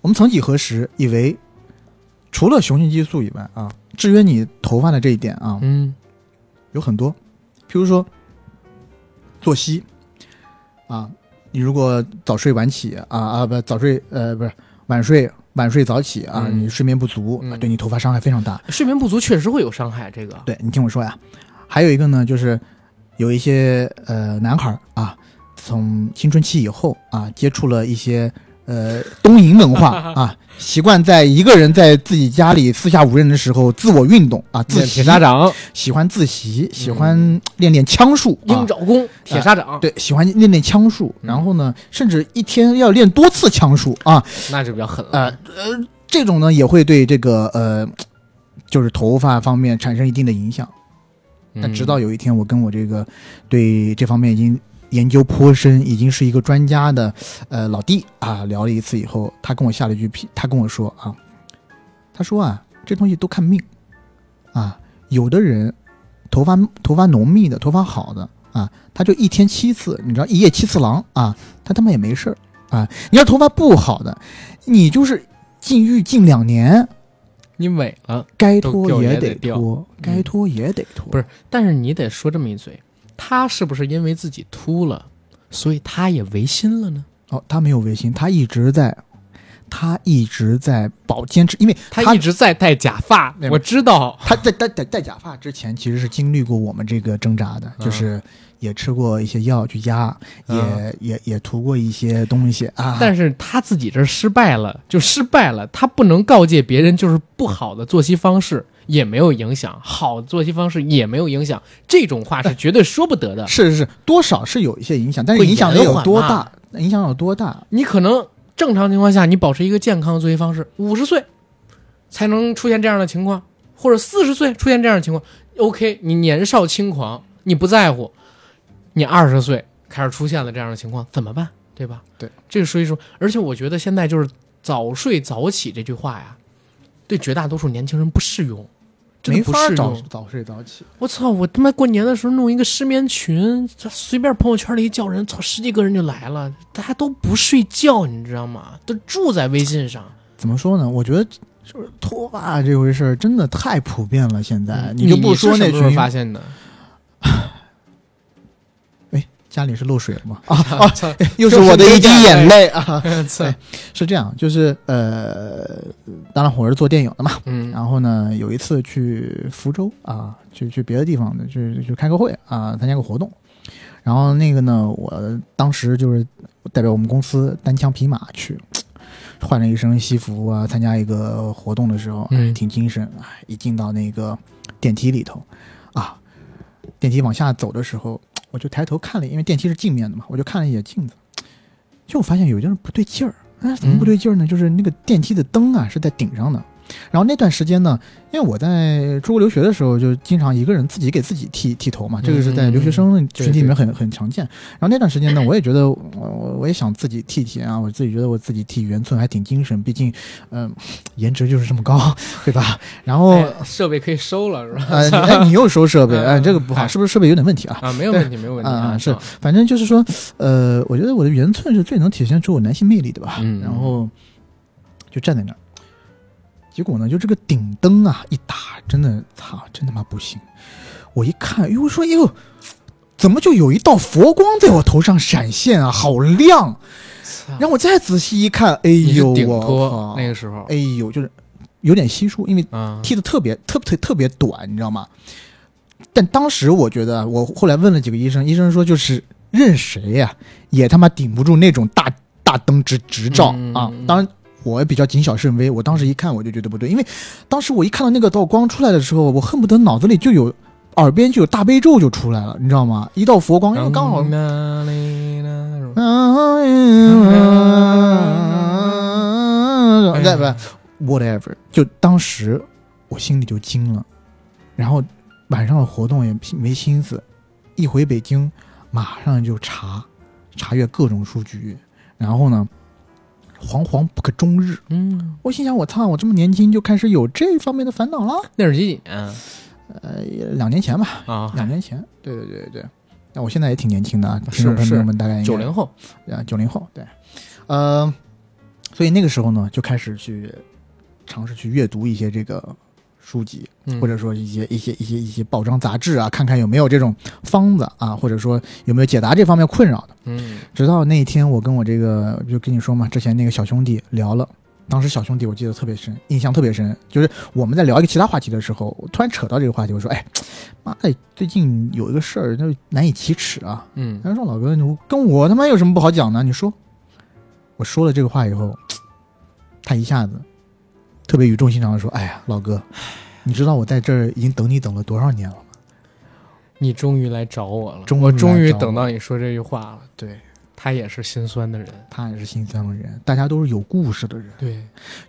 B: 我们曾几何时以为除了雄性激素以外啊，制约你头发的这一点啊，
A: 嗯
B: 有很多，譬如说作息啊，你如果早睡晚起啊啊不早睡呃不是晚睡晚睡早起啊，
A: 嗯
B: 你睡眠不足、啊
A: 嗯
B: 对你头发伤害非常大。
A: 睡眠不足确实会有伤害，这个
B: 对你听我说呀，还有一个呢，就是有一些呃男孩儿啊，从青春期以后啊，接触了一些呃东瀛文 化啊，习惯在一个人在自己家里四下无人的时候自我运动啊，自
A: 练
B: 习
A: 铁砂掌、
B: 喜欢自习，喜欢练练枪术，啊
A: 鹰爪功、铁砂掌，
B: 对，喜欢练练枪术，
A: 嗯
B: 然后呢，甚至一天要练多次枪术啊，
A: 那就比较狠
B: 呃
A: 了。
B: 呃，这种呢也会对这个呃，就是头发方面产生一定的影响。
A: 嗯
B: 但直到有一天，我跟我这个对这方面已经研究颇深，已经是一个专家的呃老弟啊聊了一次以后，他跟我下了一句批，他跟我说啊，他说啊，这东西都看命啊，有的人头发头发浓密的，头发好的啊，他就一天七次，你知道一夜七次郎啊，他他妈也没事儿啊。你要头发不好的，你就是禁欲禁两年，
A: 你萎了。
B: 该
A: 都
B: 脱
A: 掉也
B: 得
A: 得掉
B: 脱，该
A: 嗯
B: 脱也得脱，
A: 不是但是你得说这么一嘴，他是不是因为自己秃了，所以他也违心了呢？
B: 哦，他没有微信，他一直在，他一直在保坚持，因为他
A: 一直在戴假发
B: 那，
A: 我知道。
B: 他在戴戴戴假发之前，其实是经历过我们这个挣扎的，
A: 嗯
B: 就是也吃过一些药去压，
A: 嗯
B: 也也也涂过一些东西啊。
A: 但是他自己这失败了，就失败了。他不能告诫别人，就是不好的作息方式也没有影响，好的作息方式也没有影响。这种话是绝对说不得的。
B: 是是是，多少是有一些影响，但是
A: 会
B: 影响得
A: 延
B: 有
A: 缓
B: 多
A: 嘛
B: 大？影响有多大？
A: 你可能正常情况下，你保持一个健康的作息方式，五十岁才能出现这样的情况，或者四十岁出现这样的情况， OK，你年少轻狂，你不在乎，你二十岁开始出现了这样的情况，怎么办？对吧？
B: 对，
A: 这个说一说。而且我觉得现在就是“早睡早起”这句话呀，对绝大多数年轻人不适用，真
B: 没
A: 的不
B: 法
A: 适
B: 早
A: 用。
B: 早睡早起。
A: 我操！我他妈过年的时候弄一个失眠群，这随便朋友圈里一叫人，操，十几个人就来了，大家都不睡觉，你知道吗？都住在微信上。
B: 怎么说呢？我觉得就是脱发这回事儿真的太普遍了。现在、
A: 嗯你
B: 呃就不说那
A: 你是什么时候
B: 群
A: 发现的
B: 家里是漏水了 吗？
A: 啊
B: 啊，
A: 啊！操
B: 又
A: 是
B: 我的
A: 没
B: 一滴
A: 干
B: 眼泪啊！
A: 操
B: 是这样，就是呃，当然我是做电影的嘛，
A: 嗯
B: 然后呢，有一次去福州啊，去去别的地方的，去去开个会啊，参加个活动。然后那个呢，我当时就是代表我们公司单枪匹马去，换了一身西服啊，参加一个活动的时候，哎
A: 嗯
B: 挺精神啊。一进到那个电梯里头啊，电梯往下走的时候，我就抬头看了一，因为电梯是镜面的嘛，我就看了一眼镜子，就我发现有一件不对劲儿。哎，怎么不对劲儿
A: 嗯
B: 呢？就是那个电梯的灯啊是在顶上的，然后那段时间呢，因为我在中国留学的时候，就经常一个人自己给自己剃剃头嘛，这个是
A: 嗯
B: 在留学生群体里面很很常见。然后那段时间呢，我也觉得我我我也想自己剃剃啊，我自己觉得我自己剃圆寸还挺精神，毕竟嗯、颜值就是这么高，对吧？然后
A: 哎设备可以收了是 吧？
B: 呃，你哎，你又收 设备，
A: 嗯
B: 哎，这个不好，
A: 哎
B: 是不是设备有点问题啊？
A: 啊，没有问题，没有问题
B: 啊是反正就是说，呃，我觉得我的圆寸是最能体现出我男性魅力的吧。
A: 嗯
B: 然后就站在那儿，结果呢，就这个顶灯啊一打，真的，操，真他妈不行！我一看，哟，我说，哟，怎么就有一道佛光在我头上闪现啊，好亮！
A: 操
B: 然后我再仔细一看，哎
A: 你是
B: 呦，
A: 顶
B: 我
A: 托
B: 靠，
A: 那个时候
B: 哎呦，就是有点稀疏，因为
A: 啊，
B: 剃的特别特特特别短，你知道吗？但当时我觉得，我后来问了几个医生，医生说就是任谁呀、也他妈顶不住那种大大灯执执照、
A: 嗯
B: 啊！当然。我也比较谨小慎微，我当时一看我就觉得不对，因为当时我一看到那个道光出来的时候，我恨不得脑子里就有，耳边就有大悲咒就出来了，你知道吗？一道佛光，因为刚
A: 嗯
B: 好
A: 那里那种哎
B: 嗯，对吧？Whatever，就当时我心里就惊了，然后晚上的活动也没心思，一回北京马上就查查阅各种数据，然后呢，惶惶不可终日。
A: 嗯，
B: 我心想，我操，我这么年轻就开始有这方面的烦恼了。
A: 那是几几年啊
B: 呃，两年前吧，
A: 啊？
B: 两年前，对对对对对。那我现在也挺年轻的啊，
A: 是
B: 听众朋
A: 是
B: 友们大概应该
A: 九零后，
B: 啊，九零后，对，呃，所以那个时候呢，就开始去尝试去阅读一些这个书籍，
A: 嗯
B: 或者说一些一些一些一些报章杂志啊，看看有没有这种方子啊，或者说有没有解答这方面困扰的。
A: 嗯
B: 直到那一天，我跟我这个就跟你说嘛，之前那个小兄弟聊了。当时小兄弟我记得特别深，印象特别深，就是我们在聊一个其他话题的时候，我突然扯到这个话题，我说：“哎，妈的，最近有一个事儿，就难以启齿啊，
A: 嗯
B: 他说：“老哥，你跟我他妈有什么不好讲的？你说。”我说了这个话以后，他一下子特别语重心长的说：“哎呀，老哥，你知道我在这儿已经等你等了多少年了吗
A: 你终于来找我了，
B: 终于
A: 我
B: 来
A: 终于
B: 找我
A: 等到你说这句话了。？”
B: 对
A: 他也是心酸的人，
B: 他也是心酸的人，大家都是有故事的人。
A: 对，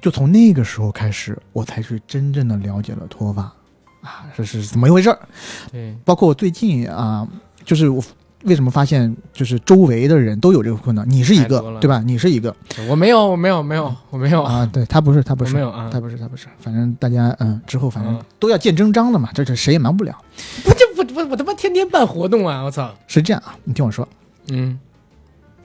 B: 就从那个时候开始，我才是真正的了解了脱发啊，这是怎么一回事儿。
A: 对，
B: 包括我最近啊，就是我为什么发现，就是周围的人都有这个困难，你是一
A: 太多
B: 个
A: 了
B: 对吧？你是一个
A: 我没有，我没有，没有，我没有，
B: 啊，对他不是，他不
A: 我
B: 是
A: 没。有啊
B: 他，不是，他不是，反正大家嗯，之后反正
A: 嗯
B: 都要见真章的嘛，这这谁也瞒不了。
A: 不这不我我他妈天天办活动啊，我操，
B: 是这样啊，你听我说，
A: 嗯，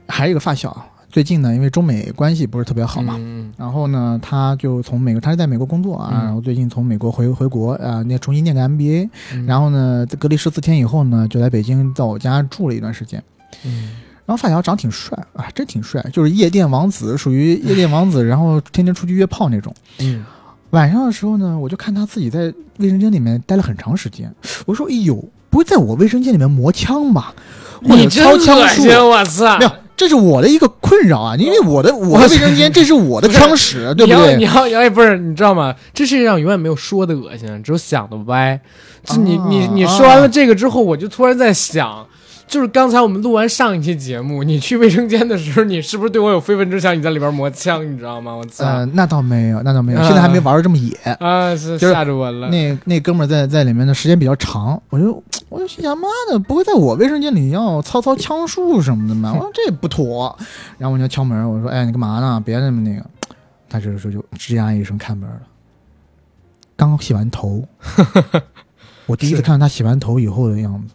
B: 还有一个发小，最近呢，因为中美关系不是特别好嘛，
A: 嗯，
B: 然后呢，他就从美国，他是在美国工作啊，
A: 嗯
B: 然后最近从美国回回国啊，那、重新念个 MBA，、
A: 嗯
B: 然后呢，隔离十四天以后呢，就来北京在我家住了一段时间。
A: 嗯
B: 然后发小长挺帅啊，真挺帅，就是夜店王子，属于夜店王子，然后天天出去约炮那种。
A: 嗯，
B: 晚上的时候呢，我就看他自己在卫生间里面待了很长时间。我说：“哎呦，不会在我卫生间里面磨枪吧？或者
A: 你真
B: 掏枪
A: 恶
B: 术
A: 心，？啊我操，
B: 没有，这是我的一个困扰啊！因为我的我的卫生间，这是我的枪使，对不
A: 你
B: 对？
A: 要你要哎，不是，你知道吗？这世界上永远没有说的恶心，只有想的歪。就你、
B: 啊
A: 你你说完了这个之后，我就突然在想，就是刚才我们录完上一期节目，你去卫生间的时候，你是不是对我有非分之想？你在里边磨枪，你知道吗？我操！
B: 呃，那倒没有，那倒没有，
A: 嗯
B: 现在还没玩的这么野。
A: 啊，是
B: 就是
A: 吓着我了。
B: 那那哥们儿在在里面的时间比较长，我就我就心想，妈的，不会在我卫生间里要操操枪术什么的吧？我说这也不妥，然后我就敲门，我说，哎，你干嘛呢？别那么那个。他这个时候就吱呀一声开门了，刚洗完 头，我第一次
A: 是
B: 看到他洗完头以后的样子，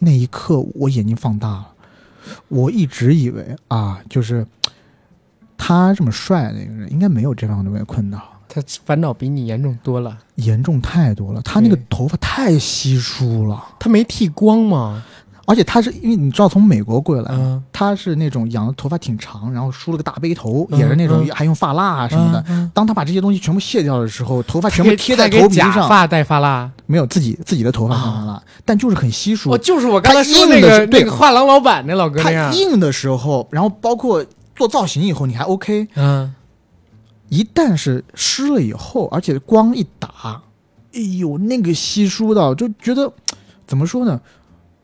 B: 那一刻我眼睛放大了，我一直以为啊，就是他这么帅那个人应该没有这方面的困扰。
A: 他烦恼比你严重多了。
B: 严重太多了，他那个
A: 对
B: 头发太稀疏了，
A: 他没剃光吗？
B: 而且他是因为你知道从美国过来，
A: 嗯，
B: 他是那种养的头发挺长，然后梳了个大背头，
A: 嗯
B: 也是那种
A: 嗯
B: 还用发蜡啊什么的。当他把这些东西全部卸掉的时候，头发全部
A: 给
B: 贴在
A: 给
B: 头皮
A: 假
B: 上，
A: 发带发蜡。
B: 没有自己自己的头发上了，但就是很稀疏
A: 哦，。就是我刚才说那
B: 他硬的
A: 个
B: 是对
A: 那个画廊老板那老哥那
B: 他
A: 样。
B: 硬的时候，然后包括做造型以后，你还 OK，
A: 嗯，
B: 一旦是湿了以后，而且光一打，哎呦，那个稀疏到就觉得怎么说呢？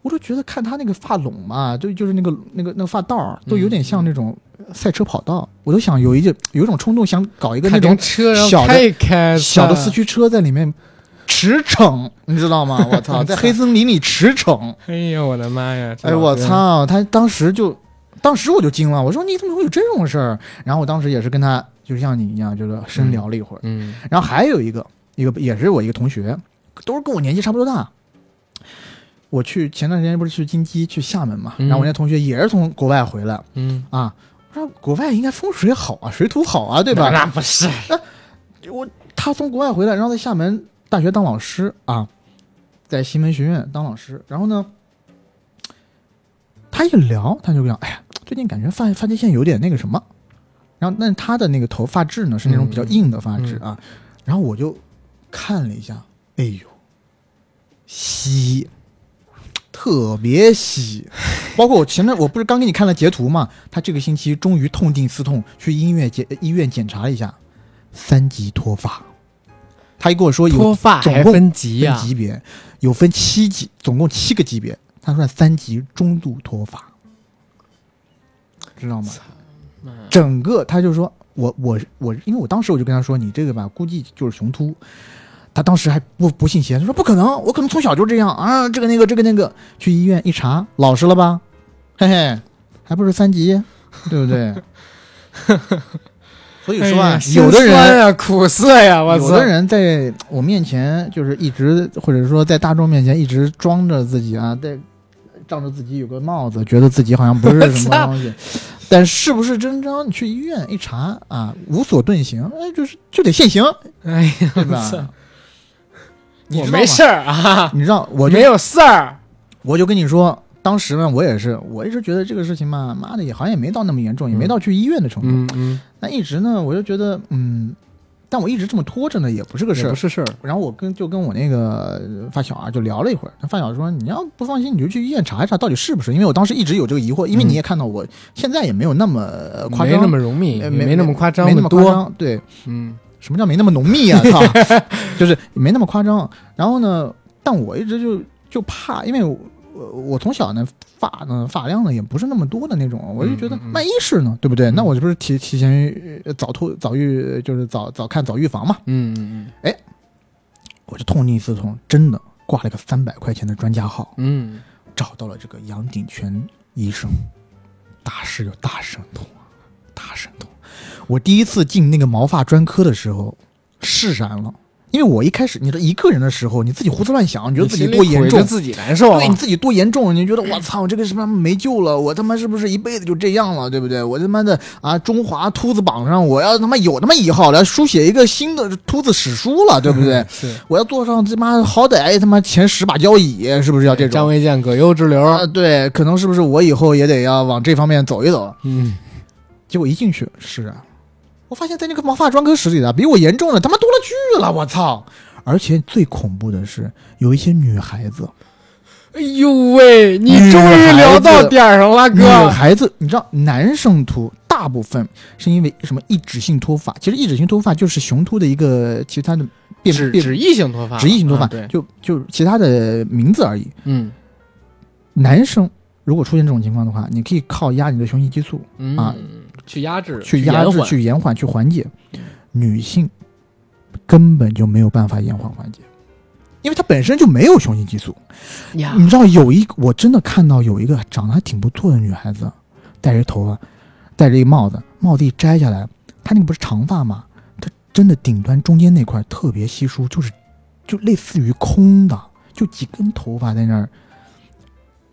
B: 我就觉得看他那个发拢嘛，就就是那个那个那个发道儿，都有点像那种赛车跑道。我都想有一点有一种冲动，想搞一个那
A: 开
B: 种
A: 辆车然后
B: 小的
A: 开一开
B: 小的
A: 算
B: 四驱车在里面驰骋，你知道 吗？我操，在黑森林里驰骋。
A: 哎呦我的妈呀！这
B: 哎，
A: 老
B: 我
A: 哥！
B: 操！他当时就，当时我就惊了，我说你怎么会有这种事儿？然后我当时也是跟他，就像你一样，就是深聊了一会儿。
A: 嗯
B: 然后还有一个，一个也是我一个同学，都是跟我年纪差不多大。我去前段时间不是去金鸡去厦门嘛，
A: 嗯
B: 然后我那同学也是从国外回来
A: 嗯，
B: 啊，我说国外应该风水好啊，水土好啊，对 吧？
A: 那不是，
B: 我他从国外回来，然后在厦门大学当老师啊，在新闻学院当老师。然后呢，他一聊，他就讲，哎呀，最近感觉发发际线有点那个什么。然后，但是他的那个头发质呢是那种比较硬的发质啊。然后我就看了一下，哎呦，稀，特别稀。包括我前面我不是刚给你看了截图嘛，他这个星期终于痛定思痛，去医院检呃医院检查了一下，三级脱发。他一跟我说有
A: 脱发
B: 总
A: 还
B: 共
A: 分级啊
B: 分
A: 呀？
B: 级别，有分七级，总共七个级别。他算三级中度脱发，知道吗？
A: 嗯
B: 整个他就说我我我，因为我当时我就跟他说你这个吧，估计就是雄秃。他当时还不不信邪，他说不可能，我可能从小就这样啊，这个那个这个那个。去医院一查，老实了吧？嘿嘿，还不是三级，对 不对？所以说
A: 哎
B: 啊
A: 呀，心
B: 有的
A: 酸
B: 人
A: 呀，苦涩呀，我
B: 有
A: 操
B: 的！人在我面前就是一直，或者说在大众面前一直装着自己啊，在仗着自己有个帽子，觉得自己好像不是什
A: 我操
B: 么东西， 但是不是真章？你去医院一查啊，无所遁形，哎，就是就得现行，
A: 哎呀，我
B: 对
A: 操
B: 吧？ 你
A: 我
B: 知道
A: 没
B: 吗
A: 事儿啊，
B: 你知道，我
A: 我
B: 就
A: 没有事儿。
B: 我就跟你说，当时呢，我也是，我一直觉得这个事情嘛，妈的，也好像也没到那么严重，也没到去医院的程度。
A: 嗯嗯，
B: 那一直呢，我就觉得，嗯，但我一直这么拖着呢，也不是个事
A: 也
B: 儿
A: 不。是事儿。
B: 然后我跟就跟我那个呃发小啊就聊了一会儿，他发小说你要不放心你就去医院查一查到底是不是，因为我当时一直有这个疑惑，因为
A: 嗯
B: 你也看到我现在也没有那么呃夸
A: 没
B: 张，
A: 那么容易，
B: 呃
A: 也
B: 没
A: 没那么夸张，
B: 没那么夸
A: 多。
B: 张，对，
A: 嗯，
B: 什么叫没那么浓密啊？ 操，就是没那么夸张。然后呢，但我一直就就怕，因为我我我从小呢发呢发量呢也不是那么多的那种，我就觉得
A: 嗯嗯嗯
B: 万一是呢，对不对？
A: 嗯
B: 那我这不是提提前呃早脱早预就是早早看早预防嘛？
A: 嗯嗯
B: 我就痛定思痛，真的挂了个三百块钱的专家号，
A: 嗯
B: 找到了这个杨鼎全医生，大师有大神通，大神通。我第一次进那个毛发专科的时候，释然了，因为我一开始你这一个人的时候，你自己胡思乱想，你
A: 嗯，你
B: 觉得自己
A: 心里
B: 多严
A: 苦
B: 重
A: 着。自己难受啊
B: 对。你自己多严重？你觉得我操，这个什么没救了？我他妈是不是一辈子就这样了？对不对？我他妈的啊，中华秃子榜上我要他妈有他妈一号了，书写一个新的秃子史书了，对不对？
A: 是
B: 我要坐上他妈好歹他妈前十把交椅，是不是要这
A: 哎张
B: 种？
A: 卫健葛优之流。
B: 啊，对，可能是不是我以后也得要往这方面走一走？
A: 嗯，
B: 结果一进去，是啊，我发现在那个毛发专科室里的比我严重的他妈多了去了，我操！而且最恐怖的是，有一些女孩子，
A: 哎呦喂，你
B: 女
A: 终于
B: 孩
A: 聊到
B: 子
A: 点儿上了，
B: 女
A: 哥。
B: 孩子，你知道，男生秃大部分是因为什么一指性脱发？其实一指性脱发就是雄秃的一个其他的变
A: 脂
B: 变
A: 脂溢性脱发，
B: 脂溢性脱发，
A: 嗯对，
B: 就就是其他的名字而已。
A: 嗯，
B: 男生如果出现这种情况的话，你可以靠压你的雄性激素
A: 嗯
B: 啊，
A: 去压制，
B: 去压
A: 延
B: 制、
A: 缓嗯
B: 去延缓、去缓解，女性根本就没有办法延缓缓解。因为她本身就没有雄性激素，
A: 呀
B: 你知道有一我真的看到有一个长得还挺不错的女孩子，戴着头发，戴着一帽子，帽子一摘下来，她那个不是长发吗？她真的顶端中间那块特别稀疏，就是就类似于空的，就几根头发在那儿。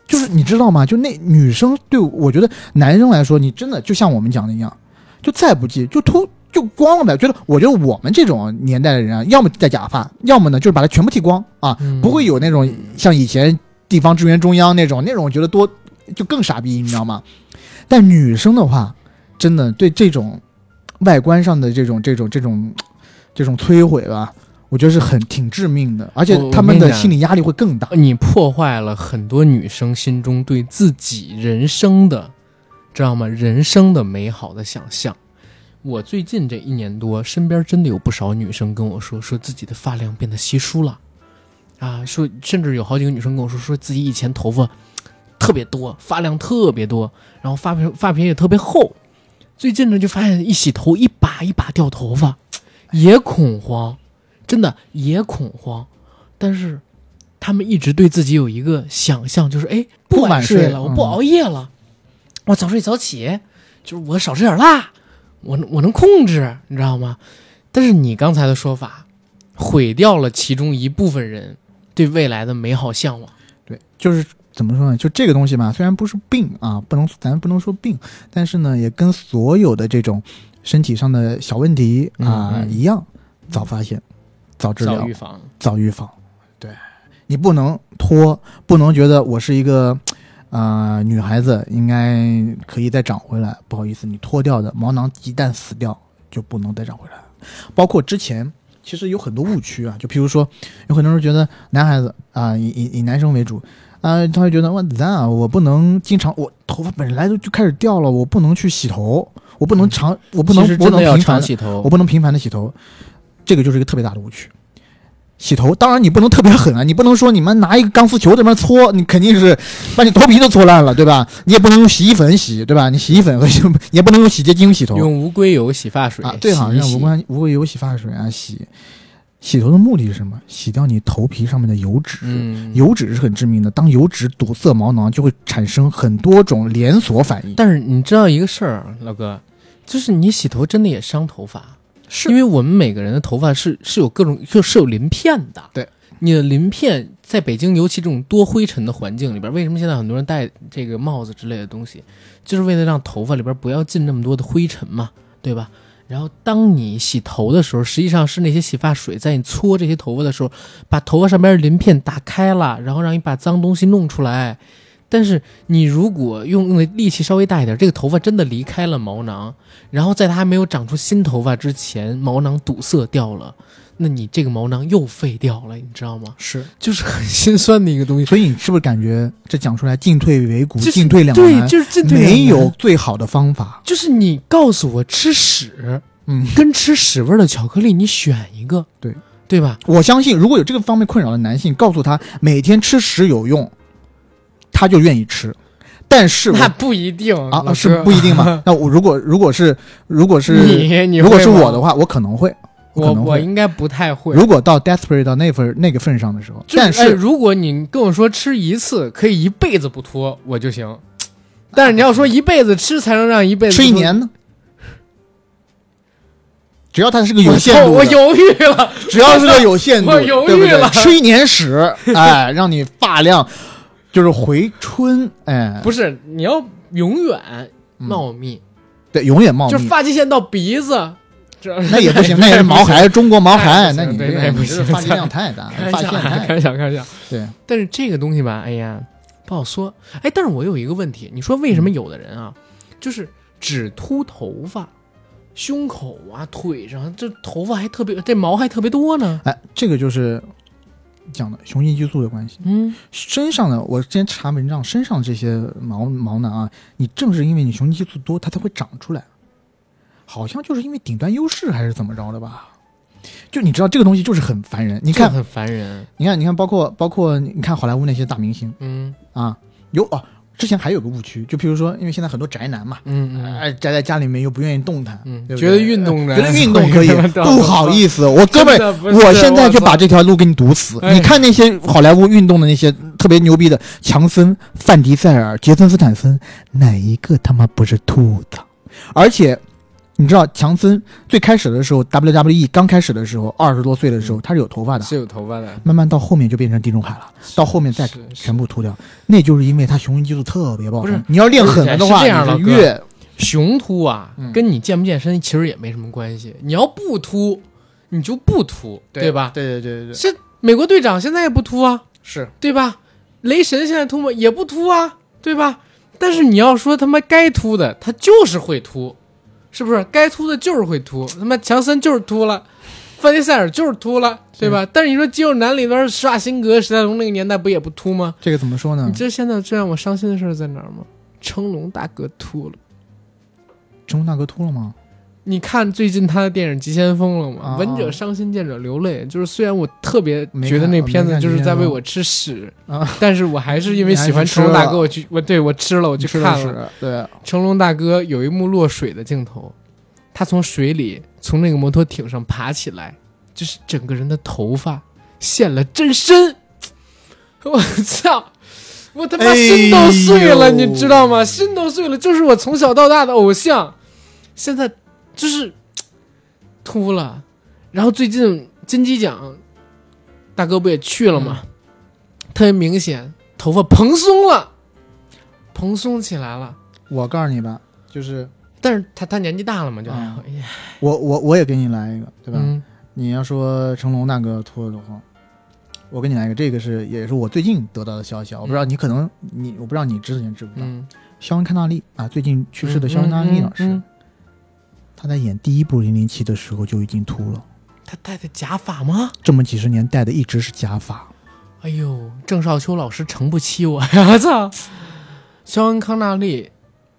B: 就是你知道吗？就那女生对我觉得男生来说，你真的就像我们讲的一样，就再不济就秃就光了呗。觉得我觉得我们这种年代的人啊，要么戴假发，要么呢就是把它全部剃光啊，
A: 嗯
B: 不会有那种像以前地方支援中央那种那种，我觉得多就更傻逼，你知道吗？但女生的话，真的对这种外观上的这种这种这种这种摧毁吧，我觉得是很挺致命的，而且
A: 我
B: 他们
A: 我跟
B: 的
A: 你讲
B: 心理压力会更大。
A: 你破坏了很多女生心中对自己人生的，知道吗？人生的美好的想象。我最近这一年多，身边真的有不少女生跟我说，说自己的发量变得稀疏了，啊，说甚至有好几个女生跟我说，说自己以前头发特别多，发量特别多，然后发皮发皮也特别厚，最近呢就发现一洗头一把一把掉头
B: 哎
A: 发，也恐慌，真的也恐慌，但是他们一直对自己有一个想象，就是哎，
B: 不
A: 晚
B: 晚
A: 睡
B: 睡
A: 了，我
B: 嗯
A: 不熬夜了，我早睡早起，就是我少吃点辣，我能我能控制，你知道吗？但是你刚才的说法，毁掉了其中一部分人对未来的美好向往。
B: 对，就是怎么说呢？就这个东西吧，虽然不是病啊，不能咱不能说病，但是呢，也跟所有的这种身体上的小问题
A: 嗯
B: 啊、
A: 嗯
B: 一样，早发现、早治疗、
A: 早预防，
B: 早预防。对，你不能拖，不能觉得我是一个。呃，女孩子应该可以再长回来。不好意思，你脱掉的毛囊一旦死掉，就不能再长回来了。包括之前，其实有很多误区啊，就譬如说，有很多人觉得男孩子啊、以以以男生为主啊、他会觉得哇，咱啊，我不能经常我头发本来就就开始掉了，我不能去洗头，我不能长，我不能
A: 嗯其实
B: 我不
A: 真
B: 能
A: 的要
B: 频繁
A: 常
B: 地
A: 洗头
B: 我。不能频繁的洗头，这个就是一个特别大的误区。洗头，当然你不能特别狠啊，你不能说你们拿一个钢丝球在那边搓，你肯定是把你头皮都搓烂了，对吧？你也不能用洗衣粉洗，对吧？你洗衣粉和洗 也不能用洗洁精洗头
A: 用无硅油洗发水
B: 啊。对，好
A: 洗一
B: 像
A: 洗
B: 无关无硅油洗发水啊，洗洗头的目的是什么？洗掉你头皮上面的油脂。
A: 嗯，
B: 油脂是很致命的，当油脂堵塞毛囊，就会产生很多种连锁反应。
A: 但是你知道一个事儿，老哥，就是你洗头真的也伤头发，
B: 是
A: 因为我们每个人的头发是是有各种就是有鳞片的。
B: 对，
A: 你的鳞片在北京，尤其这种多灰尘的环境里边，为什么现在很多人戴这个帽子之类的东西，就是为了让头发里边不要进那么多的灰尘嘛，对吧？然后当你洗头的时候，实际上是那些洗发水在你搓这些头发的时候，把头发上边的鳞片打开了，然后让你把脏东西弄出来。但是你如果用的力气稍微大一点，这个头发真的离开了毛囊，然后在它还没有长出新头发之前，毛囊堵塞掉了，那你这个毛囊又废掉了，你知道吗？
B: 是，
A: 就是很心酸的一个东西。
B: 所以你是不是感觉这讲出来进退维谷，
A: 就是
B: 进退两
A: 对，啊
B: 难？
A: 就是进退两
B: 没
A: 难
B: 有，最好的方法。
A: 就是你告诉我吃屎
B: 嗯，
A: 跟吃屎味儿的巧克力，你选一个，
B: 对
A: 对吧？
B: 我相信如果有这个方面困扰的男性，告诉他每天吃屎有用，他就愿意吃。但是我
A: 那不一定
B: 啊
A: 老
B: 啊是
A: 哥
B: 不一定 嘛？那我如果如果是如果是
A: 你你
B: 如果
A: 会
B: 是
A: 吗
B: 我的，话，我可能会，我
A: 我
B: 可能
A: 我
B: 会。
A: 应该不太会。
B: 如果到 desperate 到那份那个份上的时候，
A: 就是
B: 但
A: 哎
B: 是
A: 如果你跟我说吃一次可以一辈子不脱，我就行。但是你要说一辈子吃才能让一辈子不
B: 啊吃一
A: 脱
B: 年呢？只要它是个有
A: 我
B: 限
A: 错
B: 度的，嗯
A: 我犹豫 了，
B: 只要是个有限度，
A: 我犹豫
B: 对不对
A: 了？
B: 吃一年屎，哎，让你发量就是回春，哎，
A: 不是你要永远茂密，
B: 对，永远嗯茂
A: 就是
B: 密。
A: 发际线到鼻子， 这
B: 那也不行，那也是毛孩，中国毛孩，
A: 那
B: 那
A: 也不行
B: 你
A: 对
B: 这
A: 那也
B: 个
A: 不
B: 你这个
A: 行
B: 发际量太 大，
A: 开玩
B: 发际
A: 笑
B: 量
A: 啊，开
B: 太
A: 玩笑，开玩笑。
B: 对，
A: 但是这个东西吧，哎呀，不好说。哎，但是我有一个问题，你说为什么有的人啊，
B: 嗯
A: 就是只秃头发，胸口啊、腿上这头发还特别，这毛还特别多呢？
B: 哎，这个就是讲的雄性激素的关系。
A: 嗯，
B: 身上的，我之前查文章，身上这些毛毛囊啊，你正是因为你雄性激素多，它才会长出来。好像就是因为顶端优势还是怎么着的吧？就你知道这个东西就是很烦人。你
A: 你
B: 看，
A: 很烦人。
B: 你看，你看，包括包括你看好莱坞那些大明星
A: 嗯，
B: 啊，有哦，之前还有个误区，就比如说，因为现在很多宅男嘛，
A: 嗯嗯
B: 哎，宅在家里面又不愿意动弹，
A: 嗯
B: 对不
A: 觉
B: 对
A: 得运动呢
B: 觉得运动可以
A: 我知，道
B: 不好意思，我哥
A: 真
B: 们儿。
A: 的不是
B: 我现在就
A: 操
B: 把这条路给你堵死。
A: 哎
B: 你看那些好莱坞运动的那些特别牛逼的强森、范迪塞尔、杰森斯坦森，哪一个他妈不是兔子？而且你知道，强森最开始的时候，WWE 刚开始的时候，二十多岁的时候，他是有头发
A: 嗯
B: 的，
A: 是有头发的，
B: 慢慢到后面就变成地中海了，到后面再
A: 是是
B: 全部秃掉。那就是因为他雄性激素特别爆
A: 不是
B: 棚。你要练狠了的话，
A: 是这样的
B: 你是越
A: 雄秃啊
B: 嗯，
A: 跟你健不健身其实也没什么关系。你要不秃，你就不秃，对吧？
B: 对对对对对，
A: 这美国队长现在也不秃啊，
B: 是
A: 对吧？雷神现在秃吗？也不秃啊，对吧？但是你要说他妈该秃的，他就是会秃，是不是？该秃的就是会秃，他妈强森就是秃了，范迪塞尔就是秃了，对吧？但是你说肌肉男里边施瓦辛格、史泰龙那个年代不也不秃吗？
B: 这个怎么说呢
A: 你？知道现在最让我伤心的事儿在哪儿吗？成龙大哥秃了。
B: 成龙大哥秃了吗？
A: 你看最近他的电影《急先锋》了吗？
B: 啊
A: 闻者伤心，见者流泪。就是虽然我特别
B: 没
A: 觉得
B: 看哦
A: 那
B: 我没
A: 片子
B: 看
A: 就
B: 急
A: 是
B: 先
A: 在喂
B: 锋
A: 我吃屎，
B: 啊
A: 但是我还是因为
B: 你还
A: 喜欢
B: 是
A: 成龙
B: 吃
A: 大
B: 了
A: 哥，我去，我对我吃了，我去
B: 是
A: 看
B: 的
A: 了。
B: 是的对，
A: 成龙大哥有一幕落水的镜头，他从水里从那个摩托艇上爬起来，就是整个人的头发现了真身，我操！我他妈
B: 哎呦
A: 心都碎了，你知道吗？心都碎了，就是我从小到大的偶像，现在就是秃了。然后最近金鸡奖，大哥不也去了
B: 嗯
A: 吗？特别明显，头发蓬松了，蓬松起来了。
B: 我告诉你吧，就是
A: 但是他他年纪大了嘛，就还哎嗯好一点，
B: 我我我也给你来一个，对
A: 对
B: 吧？你要说成龙大哥秃了的话，我给你来一个，这个是也是我最近得到的消息啊，我不知道你可能你我不知道你之前知不知道，
A: 嗯，
B: 肖恩康纳利啊，最近去世的肖恩康纳利
A: 嗯
B: 老师，
A: 嗯嗯
B: 他在演第一部《零零七》的时候就已经秃了，
A: 他戴的假发吗？
B: 这么几十年戴的一直是假发。
A: 哎呦，郑少秋老师承不起我呀！ 操，肖恩康纳利，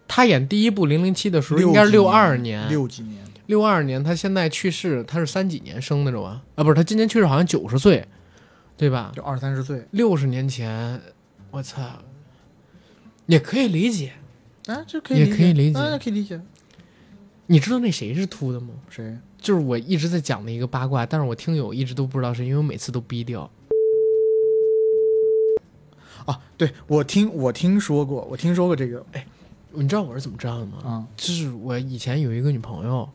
A: 他演第一部《零零七》的时候应该是二年，
B: 六几年，
A: 六二年，他现在去世，他是三几年生的是吧？啊，不是，他今年去世好像九十岁，对吧？
B: 就二三十岁。
A: 六十年前，我操，也可以理解。
B: 啊，这
A: 可以也可以理解理解啊
B: 可以理解。
A: 你知道那谁是秃的吗？
B: 谁？
A: 就是我一直在讲的一个八卦，但是我听友一直都不知道是因为我每次都逼掉。
B: 啊，对我听我听说过，我听说过这个
A: 哎你知道我是怎么知道的吗？
B: 啊，
A: 就是我以前有一个女朋友，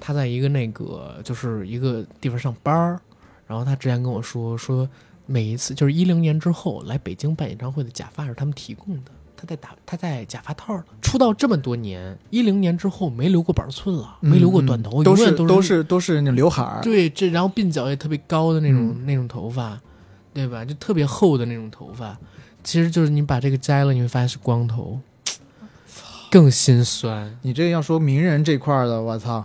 A: 她在一个那个就是一个地方上班儿，然后她之前跟我说说，每一次就是一零年之后来北京办演唱会的假发是他们提供的，她戴打她戴假发套了。出道这么多年，一零年之后没留过板寸了，没留过短头，
B: 嗯都
A: 永远
B: 是
A: 都
B: 都是都是那刘海儿。嗯
A: 对，这然后鬓角也特别高的那种、那种头发，对吧？就特别厚的那种头发，其实就是你把这个摘了，你会发现是光头，更心酸。
B: 你这个要说名人这块儿的，我操，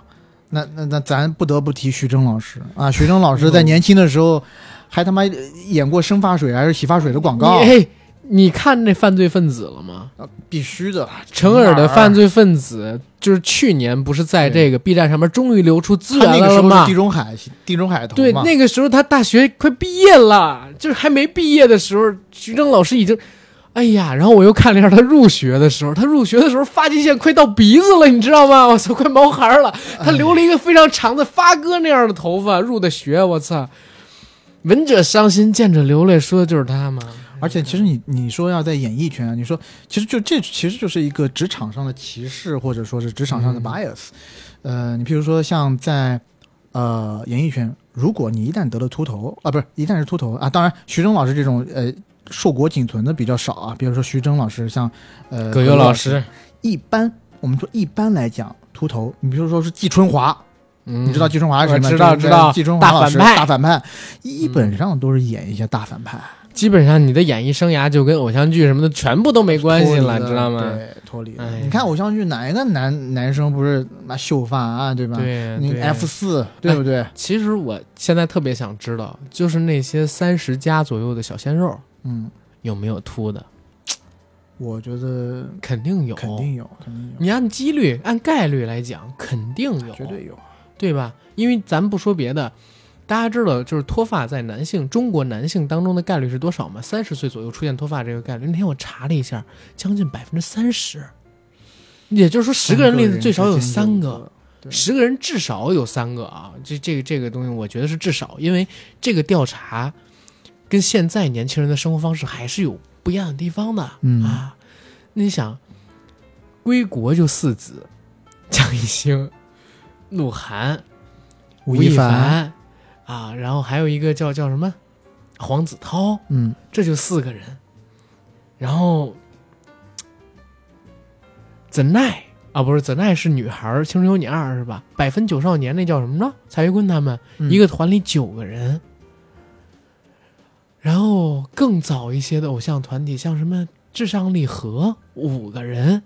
B: 那那那咱不得不提徐峥老师啊，徐峥老师
A: 嗯
B: 在年轻的时候还他妈演过生发水还是洗发水的广告
A: 你，哎，你看那犯罪分子了吗？
B: 必须的。
A: 成耳的犯罪分子就是去年不是在这个 B 站上面终于流出资
B: 他
A: 源
B: 那个
A: 来
B: 时
A: 了
B: 候
A: 吗
B: 是地？中海地中海头
A: 对，
B: 嘛
A: 那个时候他大学快毕业了，就是还没毕业的时候，徐峥老师已经，哎呀，然后我又看了一下他入学的时候，他入学的时候发际线快到鼻子了，你知道吗？我操，快毛孩儿了，他留了一个非常长的发哥那样的头发入的学，我操，闻者伤心，见者流泪，说的就是他嘛。
B: 而且其实你你说要在演艺圈啊，你说其实就这其实就是一个职场上的歧视，或者说是职场上的
A: 嗯
B: bias。呃，你譬如说像在呃演艺圈，如果你一旦得了秃头啊，不是一旦是秃头啊，当然徐峥老师这种呃硕果仅存的比较少啊，比如说徐峥老师，像呃
A: 葛优老，师，
B: 一般我们说一般来讲秃头，你比如说是季春华，
A: 嗯
B: 你知道季春华是什么？
A: 我知道
B: 就是
A: 知道
B: 季春华老师
A: 大反派嗯
B: 大反派，基本上都是演一些大反派。
A: 基本上你的演艺生涯就跟偶像剧什么的全部都没关系了，
B: 脱离
A: 知道吗？
B: 对，脱离了。
A: 哎
B: 你看偶像剧哪一个男男生不是那秀发啊，对吧？
A: 对，
B: 你
A: 对
B: F 四对不对？
A: 其实我现在特别想知道，就是那些三十加左右的小鲜肉
B: 嗯，
A: 有没有秃的？
B: 我觉得
A: 肯定有，
B: 肯定有，肯定有，
A: 你按几率、按概率来讲，肯定有，
B: 绝对有。
A: 对吧？因为咱不说别的，大家知道，就是脱发在男性中国男性当中的概率是多少吗？三十岁左右出现脱发这个概率，那天我查了一下，将近百分之三十。也就是说，十个人里最少有三个，
B: 对
A: 十个人至少有三个啊，这这个这个东西，我觉得是至少，因为这个调查跟现在年轻人的生活方式还是有不一样的地方的、
B: 嗯
A: 啊。那你想，归国就四子，蒋一星、鹿晗、
B: 吴
A: 亦
B: 亦凡，
A: 啊，然后还有一个叫叫什么黄子韬，
B: 嗯，
A: 这就四个人，然后怎奈啊，不是怎奈是女孩儿，《青春有你二》是吧？百分九少年那叫什么呢？蔡徐坤他们、
B: 嗯
A: 一个团里九个人，然后更早一些的偶像团体，像什么至上励合五个人，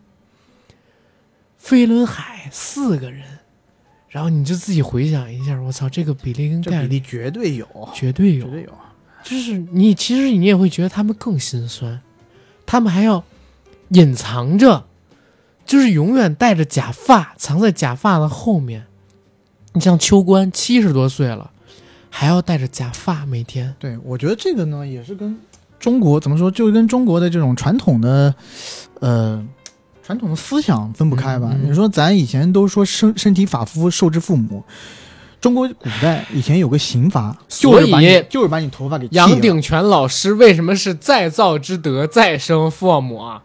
A: 飞轮海四个人，然后你就自己回想一下，我操，这个比例跟
B: 这
A: 概
B: 比
A: 率
B: 例绝对有，
A: 绝对有
B: 绝，对有。
A: 就是你其实你也会觉得他们更心酸，他们还要隐藏着，就是永远戴着假发，藏在假发的后面。你像秋官七十多岁了，还要戴着假发，每天
B: 对，我觉得这个呢，也是跟中国怎么说，就跟中国的这种传统的，呃，传统的思想分不开吧。
A: 嗯嗯
B: 你说咱以前都说身身体发肤受之父母，中国古代以前有个刑罚，
A: 所
B: 就
A: 以
B: 是把你就是把你头发给剃了
A: 杨鼎全老师为什么是再造之德，再生父母啊？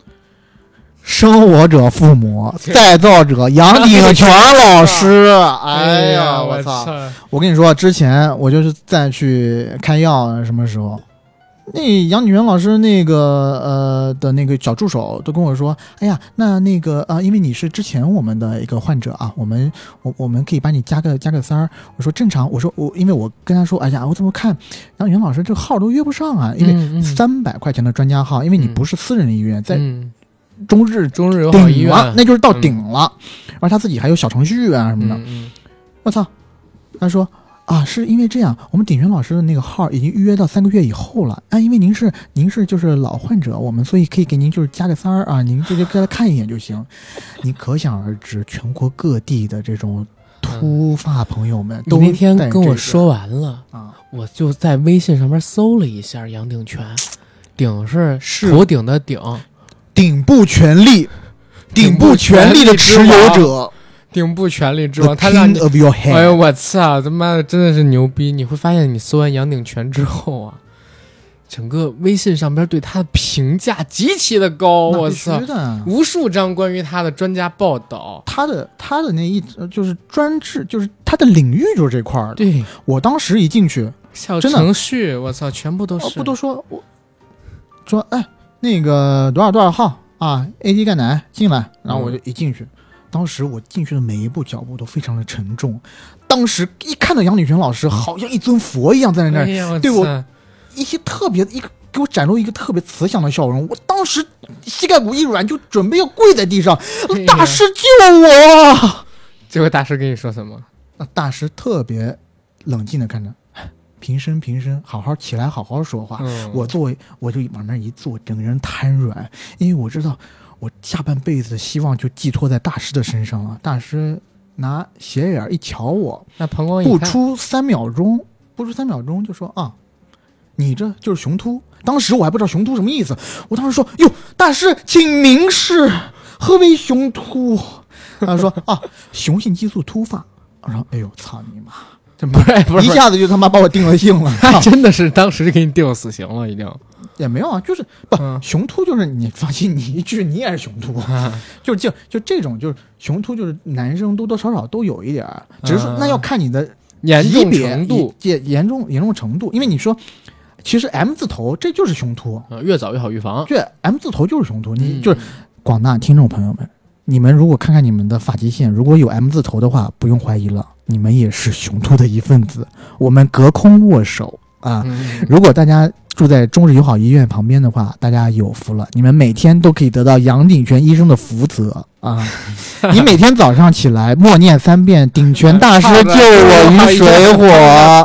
B: 生我者父母，再造者杨鼎 全老师。哎呀，我操！！我跟你说，之前我就是再去开药啊什么时候，那杨景元老师那个呃的那个小助手都跟我说，哎呀，那那个啊、呃因为你是之前我们的一个患者啊，我们我我们可以帮你加个加个三儿。我说正常，我说我因为我跟他说，哎呀，我怎么看杨景元老师这个号都约不上啊，因为。
A: 嗯
B: 三百块钱的专家号，因为你不是私人医院，在
A: 嗯
B: 中日
A: 中日友好医
B: 顶
A: 院
B: 了，那就是到顶了。而他自己还有小程序啊什么的，
A: 嗯
B: 我操！他说啊，是因为这样，我们鼎轩老师的那个号已经预约到三个月以后了。啊，因为您是您是就是老患者，我们所以可以给您就是加个三儿啊，您这就过来看一眼就行。你可想而知，全国各地的这种秃发朋友们
A: 你
B: 都
A: 那天
B: 在
A: 跟我
B: 这个
A: 说完了。
B: 啊，
A: 我就在微信上面搜了一下杨鼎全，鼎是
B: 是
A: 头顶的顶，
B: 顶部权力，顶部权力的持有者
A: 顶部权力之
B: ，the
A: 王。他让
B: king
A: 你，
B: of your
A: 哎呦
B: head。
A: 我操，他妈的真的是牛逼！你会发现，你搜完杨鼎全之后啊， 整个微信上边对他的评价极其的高，
B: 那
A: 我
B: 必须
A: 操，
B: 的。
A: 无数张关于他的专家报道。
B: 他的他的那一呃就是专制，就是他的领域就是这块儿的。
A: 对，
B: 我当时一进去，
A: 小
B: 真的
A: 程序，我操，全部都
B: 哦
A: 是，
B: 不都说我说哎那个多少多少号啊，AD 钙奶进来，然后我就一进
A: 嗯
B: 去，当时我进去的每一步脚步都非常的沉重，当时一看到杨鼎全老师，好像一尊佛一样站在那
A: 哎
B: 儿，
A: 呀，
B: 对我
A: 操
B: 一些特别一个给我展露一个特别慈祥的笑容，我当时膝盖骨一软，就准备要跪在地上，
A: 哎呀
B: 大师救我！
A: 结果大师跟你说什么？
B: 那大师特别冷静的看着，哎平身平身，好好起来，好好说话。
A: 嗯
B: 啊我作为我就往那儿一坐，整个人瘫软，因为我知道我下半辈子的希望就寄托在大师的身上了。大师拿斜眼一瞧我，
A: 那膀胱一
B: 不
A: 看，
B: 出三秒钟，不出三秒钟就说啊，你这就是雄秃。当时我还不知道雄秃什么意思，我当时说哟，大师，请明示，何为雄秃？他说啊，雄性激素突发。我说哎呦，操你妈！这妈
A: 不是哎不是
B: 一下子就他妈把我定了性 了，
A: 他真的是当时就给你定死刑了，已经。
B: 也没有啊，就是不、
A: 嗯
B: 雄秃就是你放心，你一去你也是雄秃， 就就就这种就是雄秃，就是男生多多少少都有一点儿，只是说
A: 嗯
B: 那要看你的
A: 严
B: 级
A: 重
B: 别
A: 程度，
B: 也也严重严重程度，因为你说其实 M 字头这就是雄秃，
A: 呃，越早越好预防。
B: 对 M 字头就是雄秃，你、
A: 嗯
B: 就是广大听众朋友们，你们如果看看你们的发际线，如果有 M 字头的话，不用怀疑了，你们也是雄秃的一份子，我们隔空握手啊。
A: 嗯
B: 如果大家住在中日友好医院旁边的话，大家有福了，你们每天都可以得到杨鼎全医生的福泽 啊！你每天早上起来默念三遍“鼎全大师救我于水火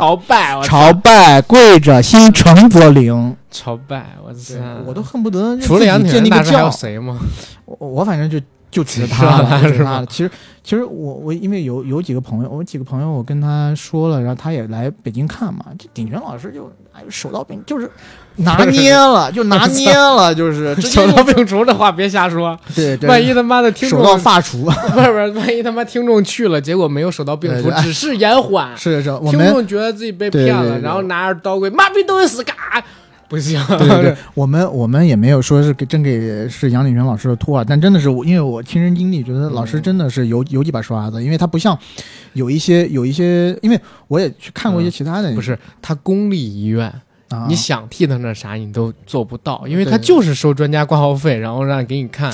A: 朝拜”，我
B: 朝拜跪着，心诚则灵。
A: 朝拜，我操！
B: 我都恨不得
A: 除了杨
B: 自己
A: 铁
B: 建立
A: 人大
B: 个
A: 师还
B: 教
A: 有，谁吗？
B: 我我反正就就指
A: 指
B: 他
A: 着
B: 了，
A: 他
B: 就指
A: 是
B: 他
A: 吧
B: 了。其实，其实我我因为有有几个朋友，我几个朋友我跟他说了，然后他也来北京看嘛。这鼎泉老师就哎手到病就是拿捏了，就拿捏了，就是直接
A: 手到病除这话别瞎说，
B: 对对，
A: 万一他妈的听
B: 手
A: 众
B: 到发除
A: 不是不是，万一他妈听众去了，结果没有手到病除
B: 对，对
A: 只是延缓，
B: 是是是，我
A: 听
B: 们
A: 众觉得自己被骗
B: 对对
A: 了，
B: 对
A: 然后拿着刀规，妈逼都是死嘎，不行，
B: 对 对对，我们我们也没有说是给真给是杨鼎泉老师的托啊，但真的是我，因为我亲身经历，觉得老师真的是有有几把刷子，因为他不像有一些有一些，因为我也去看过一些其他的，
A: 嗯不是他公立医院，
B: 啊，
A: 你想替他那啥你都做不到，因为
B: 对
A: 他
B: 对
A: 就是收专家挂号费，然后让给你 看，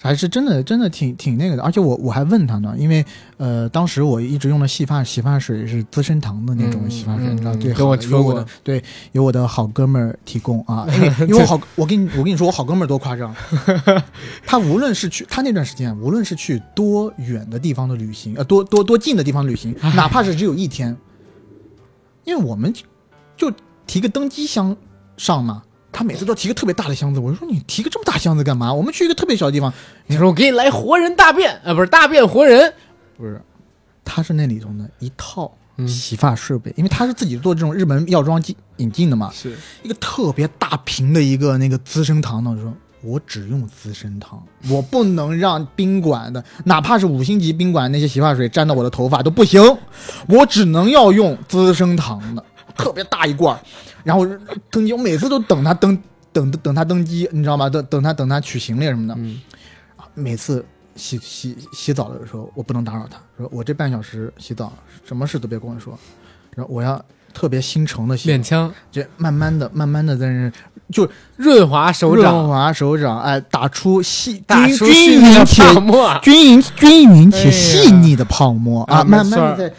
B: 还是真的真的挺挺那个的，而且我我还问他呢，因为呃当时我一直用的洗发洗发水是资生堂的那种
A: 嗯
B: 洗发水，
A: 嗯
B: 你知道最
A: 跟
B: 好
A: 我
B: 的，
A: 说
B: 有我
A: 过
B: 的对有我的好哥们儿提供 啊，因为因为我好我跟你我跟你说我好哥们儿多夸张，他无论是去他那段时间啊无论是去多远的地方的旅行，呃多多多近的地方旅行，哪怕是只有一天，因为我们就提个登机箱上嘛。他每次都提个特别大的箱子，我说你提个这么大箱子干嘛？我们去一个特别小的地方，
A: 你说我给你来活人大便啊，不是大便活人，
B: 不是，他是那里头的一套
A: 嗯
B: 洗发设备，因为他是自己做这种日本药妆进引进的嘛，
A: 是
B: 一个特别大瓶的一个那个资生堂的，我说我只用资生堂，我不能让宾馆的，哪怕是五星级宾馆那些洗发水沾到我的头发都不行，我只能要用资生堂的，特别大一罐儿，然后登机，我每次都等他登等等他登机，你知道吗？等等他等他取行李什么的，啊
A: 嗯
B: 每次洗洗洗澡的时候，我不能打扰他，说我这半小时洗澡，什么事都别跟我说，然后我要特别心诚的洗
A: 脸，腔
B: 就慢慢的、慢慢的在那就
A: 润滑手
B: 润
A: 掌，
B: 滑手掌，哎，打出细
A: 大
B: 均
A: 叔
B: 均
A: 迅
B: 匀
A: 的
B: 且
A: 泡沫，
B: 均匀、均匀且
A: 哎呀
B: 细腻的泡沫啊，
A: 啊
B: 慢
A: 没错
B: 慢的
A: 儿
B: 在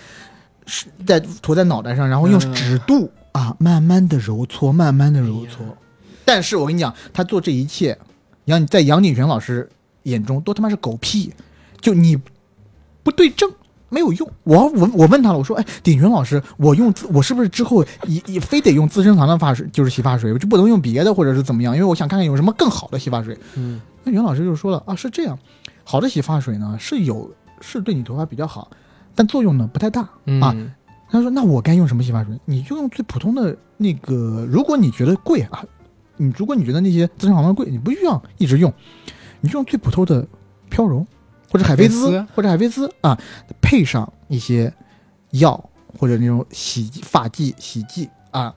B: 是在涂在脑袋上，然后用
A: 嗯哎
B: 指肚、啊，慢慢的揉搓，慢慢的揉搓。但是我跟你讲，他做这一切，杨在杨景泉老师眼中都他妈是狗屁，就你不对症。没有用，我我我问他了，我说，哎，鼎泉老师，我用自我是不是之后也也非得用资生堂的发水，就是洗发水，我就不能用别的或者是怎么样？因为我想看看有什么更好的洗发水。
A: 嗯，
B: 那袁老师就说了啊，是这样，好的洗发水呢是有是对你头发比较好，但作用呢不太大。啊
A: 嗯
B: 他说那我该用什么洗发水？你就用最普通的那个，如果你觉得贵啊，你如果你觉得那些资生堂的贵，你不需要一直用，你就用最普通的飘柔或者海飞
A: 海飞
B: 丝
A: 丝
B: 或者海飞丝啊，配上一些药或者那种洗剂发剂洗剂啊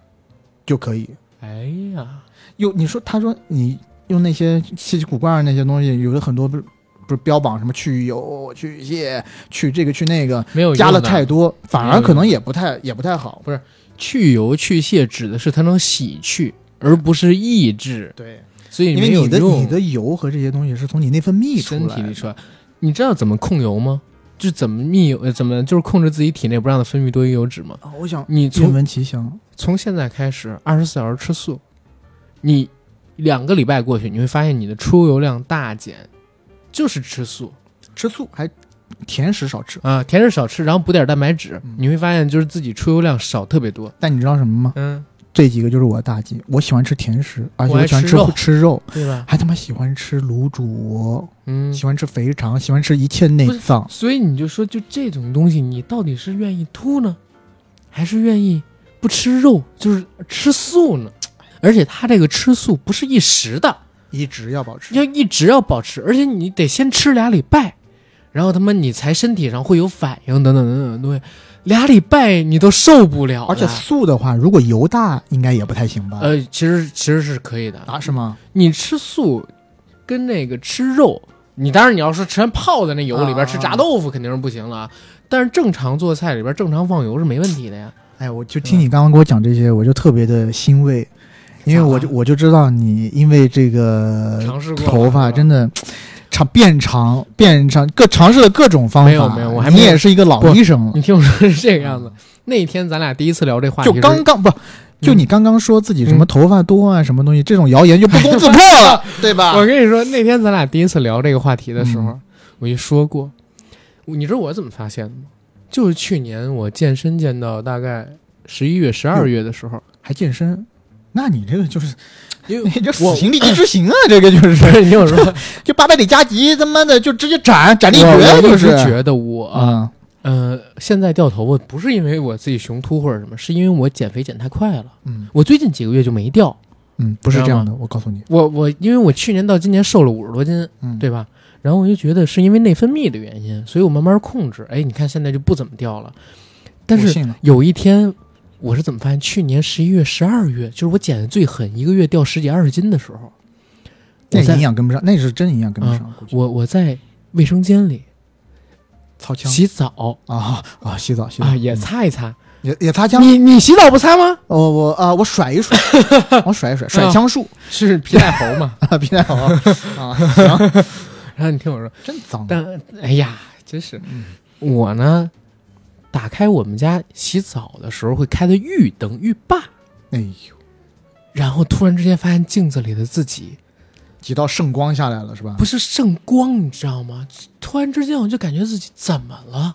B: 就可以。
A: 哎呀，
B: 有你说，他说你用那些稀奇古怪的那些东西，有的很多不是不是标榜什么去油、去屑、去这个去那个，
A: 没有
B: 加了
A: 用的啊嗯
B: 太多，反
A: 没
B: 而
A: 有
B: 可能
A: 用
B: 也不太也不太好。
A: 不是去油去屑指的是它能洗去，而不是抑制，
B: 对，
A: 所以
B: 因为
A: 没有
B: 你的
A: 用
B: 你的油和这些东西是从你内分泌出
A: 身
B: 来
A: 体
B: 的
A: 里出来。你知道怎么控油吗？就怎么密油，呃怎么就是控制自己体内不让它分泌多余油脂吗？
B: 啊，我想
A: 你
B: 愿
A: 从
B: 闻其详。
A: 从现在开始二十四小时吃素，你两个礼拜过去，你会发现你的出油量大减，就是吃素
B: 吃素还甜食少吃，
A: 啊，甜食少吃，然后补点蛋白质
B: 嗯，
A: 你会发现就是自己出油量少特别多。
B: 但你知道什么吗？
A: 嗯，
B: 这几个就是我的大忌。我喜欢吃甜食，而且
A: 我爱
B: 喜欢
A: 吃
B: 吃
A: 肉
B: 吃肉，
A: 对吧？
B: 还他妈喜欢吃卤煮，
A: 嗯，
B: 喜欢吃肥肠，喜欢吃一切内
A: 不是
B: 脏。
A: 所以你就说，就这种东西，你到底是愿意秃呢，还是愿意不吃肉，就是吃素呢？而且他这个吃素不是一时的，
B: 一直要保持
A: 要一直要保持，而且你得先吃俩礼拜，然后他妈你才身体上会有反应，等等等等等东西，俩礼拜你都受不了了。
B: 而且素的话，如果油大，应该也不太行吧？
A: 呃，其实其实是可以的，
B: 啊，是吗？
A: 你吃素跟那个吃肉，你当然你要是全泡在那油里边
B: 啊
A: 吃炸豆腐肯定是不行了啊，但是正常做菜里边正常放油是没问题的呀。
B: 哎，我就听你刚刚给我讲这些，我就特别的欣慰，因为我就
A: 咋
B: 我就知道你因为这个
A: 尝试过了
B: 头
A: 是
B: 发
A: 吧
B: 真的长变长变长，各尝试了各种方法。
A: 没有没有我还
B: 你
A: 没有
B: 也是一个老
A: 不
B: 医生了，
A: 你听我说是这个样子。那天咱俩第一次聊这话题，
B: 嗯就是刚刚不。就
A: 嗯
B: 你刚刚说自己什么头发多啊，什么东西，这种谣言就不攻自破 了，对 吧？
A: 我跟你说，那天咱俩第一次聊这个话题的时候，
B: 嗯
A: 我就说过，你知道我怎么发现的吗？就是
B: 嗯
A: 去年我健身健到大概十一月、十二月的时候，
B: 还健身，那你这个就是，
A: 因
B: 你
A: 为
B: 这死
A: 我
B: 刑立即执行啊，这个就
A: 不
B: 是
A: 是你听我说，
B: 就八百里加急，他妈的就直接斩斩立
A: 我
B: 决，
A: 我
B: 啊就
A: 一直
B: 是
A: 觉得我、
B: 啊，
A: 呃，现在掉头发不是因为我自己雄秃或者什么，是因为我减肥减太快了。
B: 嗯
A: 我最近几个月就没掉，
B: 嗯，不是这样的，我告诉你，
A: 我我因为我去年到今年瘦了五十多斤，
B: 嗯，
A: 对吧？然后我就觉得是因为内分泌的原因，所以我慢慢控制。哎，你看现在就不怎么掉了。但
B: 我
A: 是
B: 信了，
A: 有一天，我是怎么发现？去年十一月、十二月，就是我减的最狠，一个月掉十几二十斤的时候，
B: 那
A: 我在啊
B: 营养跟不上，那是真营养跟不上，估计
A: 我我在卫生间里
B: 操枪
A: 洗澡
B: 啊啊，洗澡洗澡
A: 啊，也
B: 嗯
A: 擦一擦。
B: 也也擦枪，
A: 你你洗澡不擦吗？
B: 我我啊，我甩一 甩，我甩一甩，甩枪术，
A: 是皮带猴嘛？
B: 啊，皮带 好啊，啊行，
A: 然后你听我说，
B: 真脏，
A: 但哎呀，真是
B: 嗯
A: 我呢，打开我们家洗澡的时候会开的浴灯浴霸，
B: 哎呦，
A: 然后突然之间发现镜子里的自己
B: 几道圣光下来了是吧
A: 不？是圣光，你知道吗？突然之间我就感觉自己怎么了？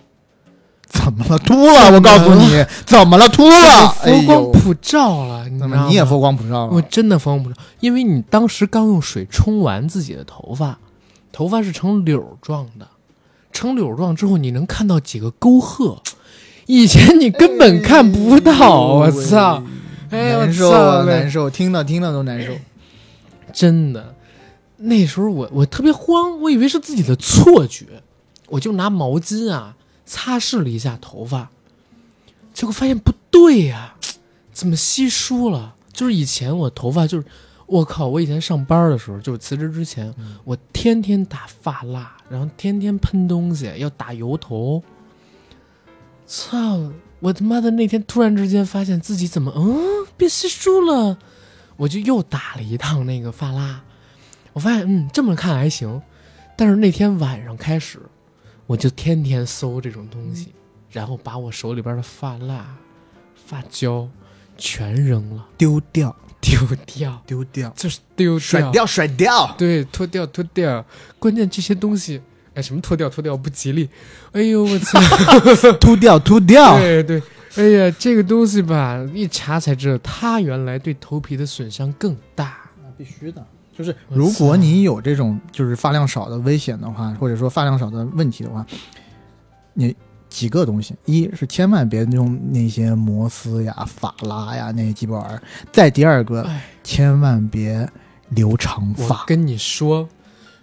B: 怎么了？秃了，我告诉你，怎么了？秃了，哎
A: 佛光
B: 呦，
A: 普照了，你知道
B: 怎
A: 吗
B: 么？你也佛光普照
A: 我
B: 了？
A: 真的佛光普照，因为你当时刚用水冲完自己的头发，头发是成柳状的，成柳状之后你能看到几个沟壑，以前你根本看不到，我操！哎，我
B: 哎难受
A: 操
B: 啊，！难受，听到听到都难受。
A: 真的，那时候我我特别慌，我以为是自己的错觉，我就拿毛巾啊擦拭了一下头发，结果发现不对呀、怎么稀疏了？就是以前我头发就是，我靠！我以前上班的时候，就是辞职之前，我天天打发蜡，然后天天喷东西，要打油头。操！我他妈的那天突然之间发现自己怎么嗯变稀疏了，我就又打了一趟那个发蜡，我发现嗯这么看还行，但是那天晚上开始，我就天天搜这种东
B: 嗯
A: 西，然后把我手里边的发蜡、发胶全扔了，
B: 丢掉，
A: 丢掉，
B: 丢掉，
A: 就是丢掉，
B: 甩掉，甩掉。
A: 对，脱掉，脱掉，关键这些东西。哎，什么脱掉脱掉不吉利，哎呦我 操！
B: 秃掉，秃掉
A: 对对，哎呀，这个东西吧，一查才知道，它原来对头皮的损伤更大。
B: 必须的。就是
A: 我
B: 如果
A: 操
B: 你有这种就是发量少的危险的话，或者说发量少的问题的话，你几个东西，一是千万别用那些摩丝呀、法拉呀那些鸡巴玩意儿；再第二个
A: 哎，
B: 千万别留长
A: 我
B: 发。
A: 跟你说，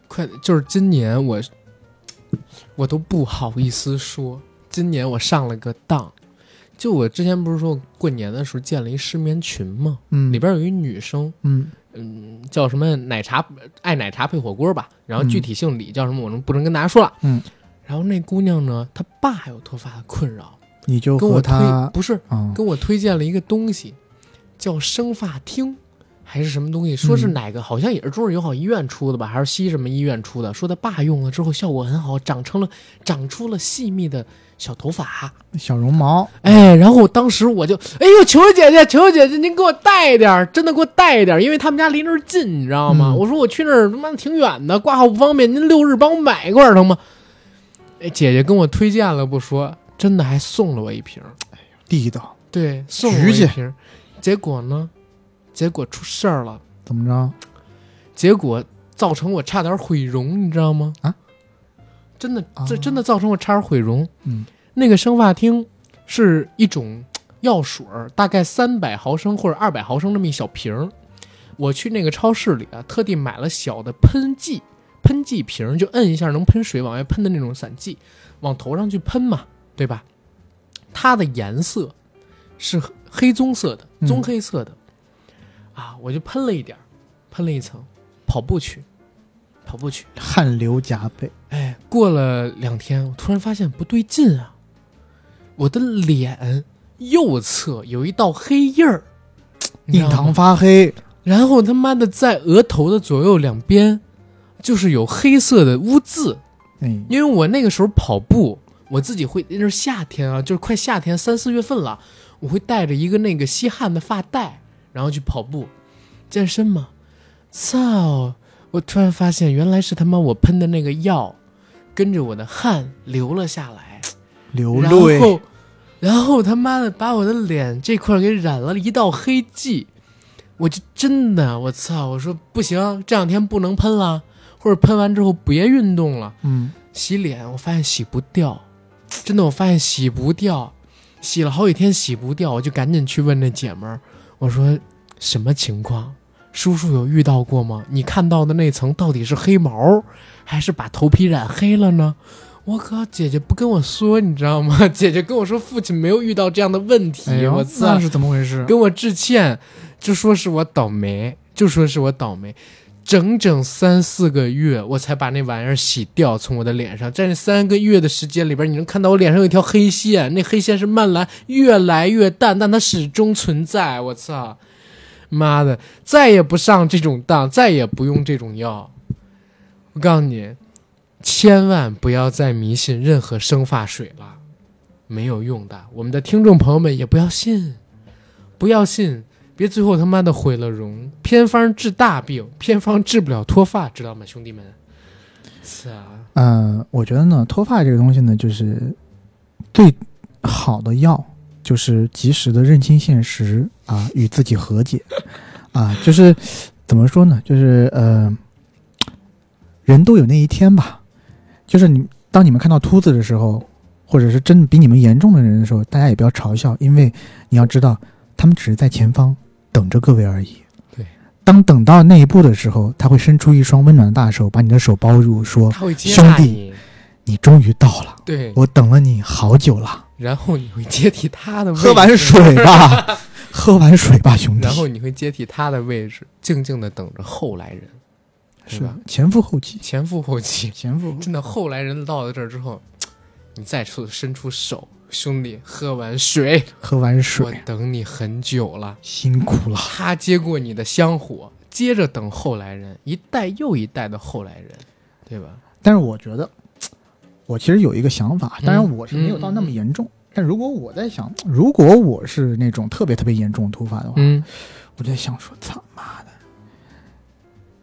A: 快，就是今年我，我都不好意思说，今年我上了个当。就我之前不是说过年的时候建了一失眠群吗？
B: 嗯，
A: 里边有一女生，
B: 嗯
A: 嗯，叫什么奶茶爱奶茶配火锅吧，然后
B: 嗯
A: 具体姓李叫什么我能不能跟大家说了？
B: 嗯。
A: 然后那姑娘呢，她爸有脱发的困扰，
B: 你就
A: 跟
B: 和
A: 我推
B: 他
A: 不是
B: 啊、
A: 跟我推荐了一个东西，叫生发厅，还是什么东西？说是
B: 嗯
A: 哪个，好像也是中日友好医院出的吧，还是西什么医院出的？说他爸用了之后效果很好，长成了长出了细密的小头发。
B: 小绒毛，
A: 哎，然后当时我就，哎呦，求求姐姐，求求姐姐，您给我带一点儿，真的给我带一点儿，因为他们家离那儿近，你知道吗？
B: 嗯
A: 我说我去那儿他妈挺远的，挂号不方便，您六日帮我买一罐儿成吗？哎，姐姐跟我推荐了不说，真的还送了我一瓶儿。
B: 地道，
A: 对，送
B: 橘
A: 我一
B: 去
A: 瓶儿。结果呢？结果出事儿了，
B: 怎么着？
A: 结果造成我差点毁容，你知道吗？
B: 啊，
A: 真的，
B: 啊
A: 这真的造成我差点毁容。
B: 嗯，
A: 那个生发厅是一种药水儿，大概三百毫升或者二百毫升那么一小瓶儿。我去那个超市里啊，特地买了小的喷剂，喷剂瓶儿就摁一下能喷水往外喷的那种散剂，往头上去喷嘛，对吧？它的颜色是黑棕色的，
B: 嗯
A: 棕黑色的，啊，我就喷了一点儿，喷了一层，跑步去，跑步去。
B: 汗流浃背，
A: 哎，过了两天，我突然发现不对劲啊，我的脸右侧有一道黑印儿，你知
B: 印
A: 道吗
B: 堂发黑，
A: 然后他妈的在额头的左右两边，就是有黑色的污渍，
B: 哎，
A: 因为我那个时候跑步，我自己会那是夏天啊，就是快夏天三四月份了，我会带着一个那个吸汗的发带，然后去跑步健身嘛。操！我突然发现原来是他妈我喷的那个药，跟着我的汗流了下来，
B: 流
A: 然
B: 泪，
A: 后然后他妈的把我的脸这块儿给染了一道黑迹。我就真的我操，我说不行，这两天不能喷了，或者喷完之后别运动了。
B: 嗯，
A: 洗脸，我发现洗不掉，真的，我发现洗不掉，洗了好几天洗不掉，我就赶紧去问那姐们儿，我说什么情况？叔叔有遇到过吗？你看到的那层到底是黑毛，还是把头皮染黑了呢？我靠，姐姐不跟我说，你知道吗？ 姐姐跟我说父亲没有遇到这样的问题，
B: 哎呦，
A: 我
B: 那
A: 操，
B: 是怎么回事？
A: 跟我致歉，就说是我倒霉，就说是我倒霉。整整三四个月，我才把那玩意儿洗掉，从我的脸上。在那三个月的时间里边，你能看到我脸上有一条黑线，那黑线是慢蓝，越来越淡，但它始终存在。我操，妈的，再也不上这种当，再也不用这种药。我告诉你，千万不要再迷信任何生发水了，没有用的。我们的听众朋友们也不要信。不要信，别最后他妈的毁了容。偏方治大病，偏方治不了脱发，知道吗，兄弟们？是啊，
B: 嗯、我觉得呢，脱发这个东西呢，就是最好的药就是及时的认清现实啊，与自己和解 啊，就是怎么说呢，就是呃，人都有那一天吧，就是你当你们看到秃子的时候，或者是真的比你们严重的人的时候，大家也不要嘲笑，因为你要知道，他们只是在前方等着各位而已。
A: 对，
B: 当等到那一步的时候，他会伸出一双温暖的大手，把你的手包住，说。
A: 他会接纳
B: 兄
A: 你
B: 弟，你终于到了，
A: 对，
B: 我等了你好久了。
A: 然后你会接替他的位置，
B: 喝完，水吧，喝完水吧，兄弟。
A: 然后你会接替他的位置，静静的等着后来人，对
B: 是
A: 吧？
B: 前赴后继，
A: 前赴后继，
B: 前赴后继。
A: 真的后来人到了这儿之后，你再出伸出手，兄弟，喝完水，
B: 喝完
A: 我
B: 水，
A: 等你很久了。
B: 辛苦了。
A: 他接过你的香火，接着等后来人，一代又一代的后来人，对吧？
B: 但是我觉得，我其实有一个想法，
A: 嗯
B: 当然我是没有到那么严重。但如果我在想，如果我是那种特别特别严重的突发的话，
A: 嗯，
B: 我就在想说，他妈的，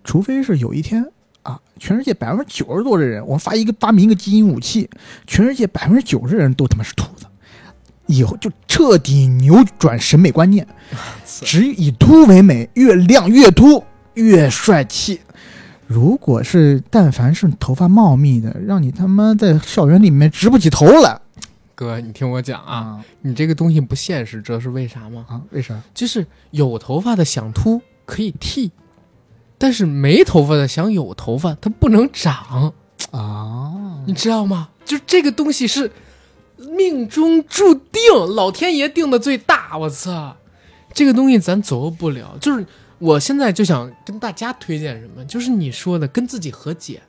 B: 除非是有一天啊，全世界百分之九十多的人，我发一个发明一个基因武器，全世界百分之九十人都他妈是秃子，以后就彻底扭转审美观念，只以秃为美，越亮越秃越帅气。如果是但凡是头发茂密的，让你他妈在校园里面直不起头来
A: 哥，你听我讲啊，你这个东西不现实，知道是为啥吗？
B: 啊！为啥？
A: 就是有头发的想秃可以剃，但是没头发的想有头发，它不能长，
B: 啊，
A: 你知道吗？就这个东西是命中注定，老天爷定的最大，我操！这个东西咱左右不了，就是我现在就想跟大家推荐什么，就是你说的跟自己和解，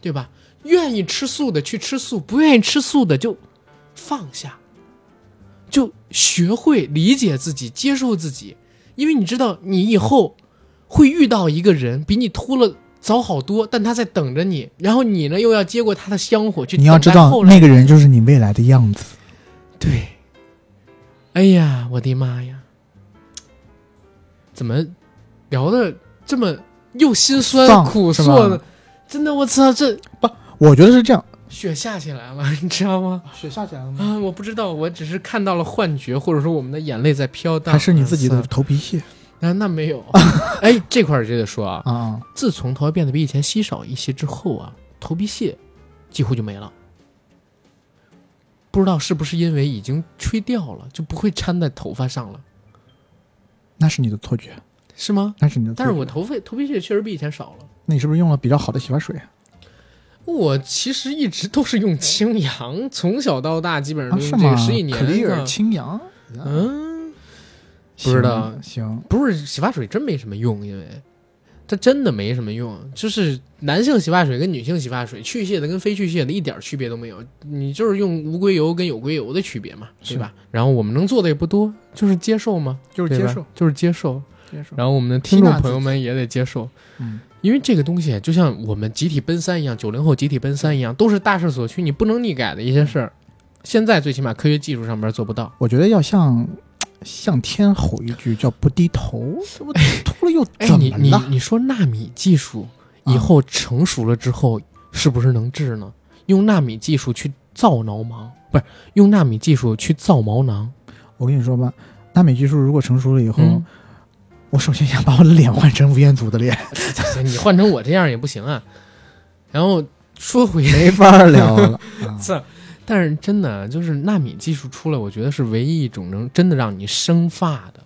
A: 对吧？愿意吃素的去吃素，不愿意吃素的就放下，就学会理解自己，接受自己，因为你知道你以后会遇到一个人比你秃了早好多，但他在等着你，然后你呢又要接过他的香火去
B: 你要
A: 等
B: 知
A: 待
B: 道
A: 后，来
B: 那个人就是你未来的样子。
A: 对，哎呀，我的妈呀，怎么聊的这么又心酸
B: 丧
A: 苦
B: 是
A: 涩
B: 吧
A: 呢？真的，我操，这
B: 我觉得是这样，
A: 雪下起来了， 你知道吗？
B: 雪下起来了
A: 啊，我不知道，我只是看到了幻觉，或者说我们的眼泪在飘荡。
B: 还嗯是你自己的
A: 啊
B: 头皮屑
A: 那那没 有。哎，这块儿就得说啊，
B: 啊？
A: 自从头发变得比以前稀少一些之后啊，头皮屑几乎就没了。不知道是不是因为已经吹掉了，就不会粘在头发上了，
B: 那是你的错觉，
A: 是吗？
B: 那是你的错觉。
A: 但是我头发头皮屑确实比以前少了。
B: 那你是不是用了比较好的洗发水？啊
A: 我其实一直都是用清扬，从小到大基本上
B: 嗯啊，
A: 都
B: 是
A: 用这
B: 吗？
A: 个十几
B: 可丽
A: 年
B: 尔
A: 了。
B: 清扬，
A: 嗯，
B: 行
A: 不知道
B: 行，
A: 不是洗发水真没什么用，因为它真的没什么用。就是男性洗发水跟女性洗发水，去屑的跟非去屑的一点区别都没有，你就是用无硅油跟有硅油的区别嘛，对
B: 是
A: 吧？然后我们能做的也不多，就是接受嘛，
B: 就
A: 就是
B: 接受，，
A: 就是接受。
B: 接受。
A: 然后我们的
B: 吸
A: 听众
B: 纳自
A: 朋友们也得接受。
B: 嗯，
A: 因为这个东西就像我们集体奔三一样，九零后集体奔三一样，都是大势所趋，你不能逆改的一些事儿。现在最起码科学技术上面做不到。
B: 我觉得要向向天吼一句，叫不低头。我 秃了又
A: 哎，
B: 怎
A: 你
B: 么
A: 你
B: 了？
A: 你说纳米技术
B: 啊
A: 以后成熟了之后，是不是能治呢？用纳米技术去造挠盲，不是用纳米技术去造毛囊？
B: 我跟你说吧，纳米技术如果成熟了以后，
A: 嗯，
B: 我首先想把我的脸换成吴彦祖的脸，
A: 哎你换成我这样也不行啊。然后说回
B: 没法聊了。啊
A: 这，但是真的就是纳米技术出来，我觉得是唯一一种能真的让你生发的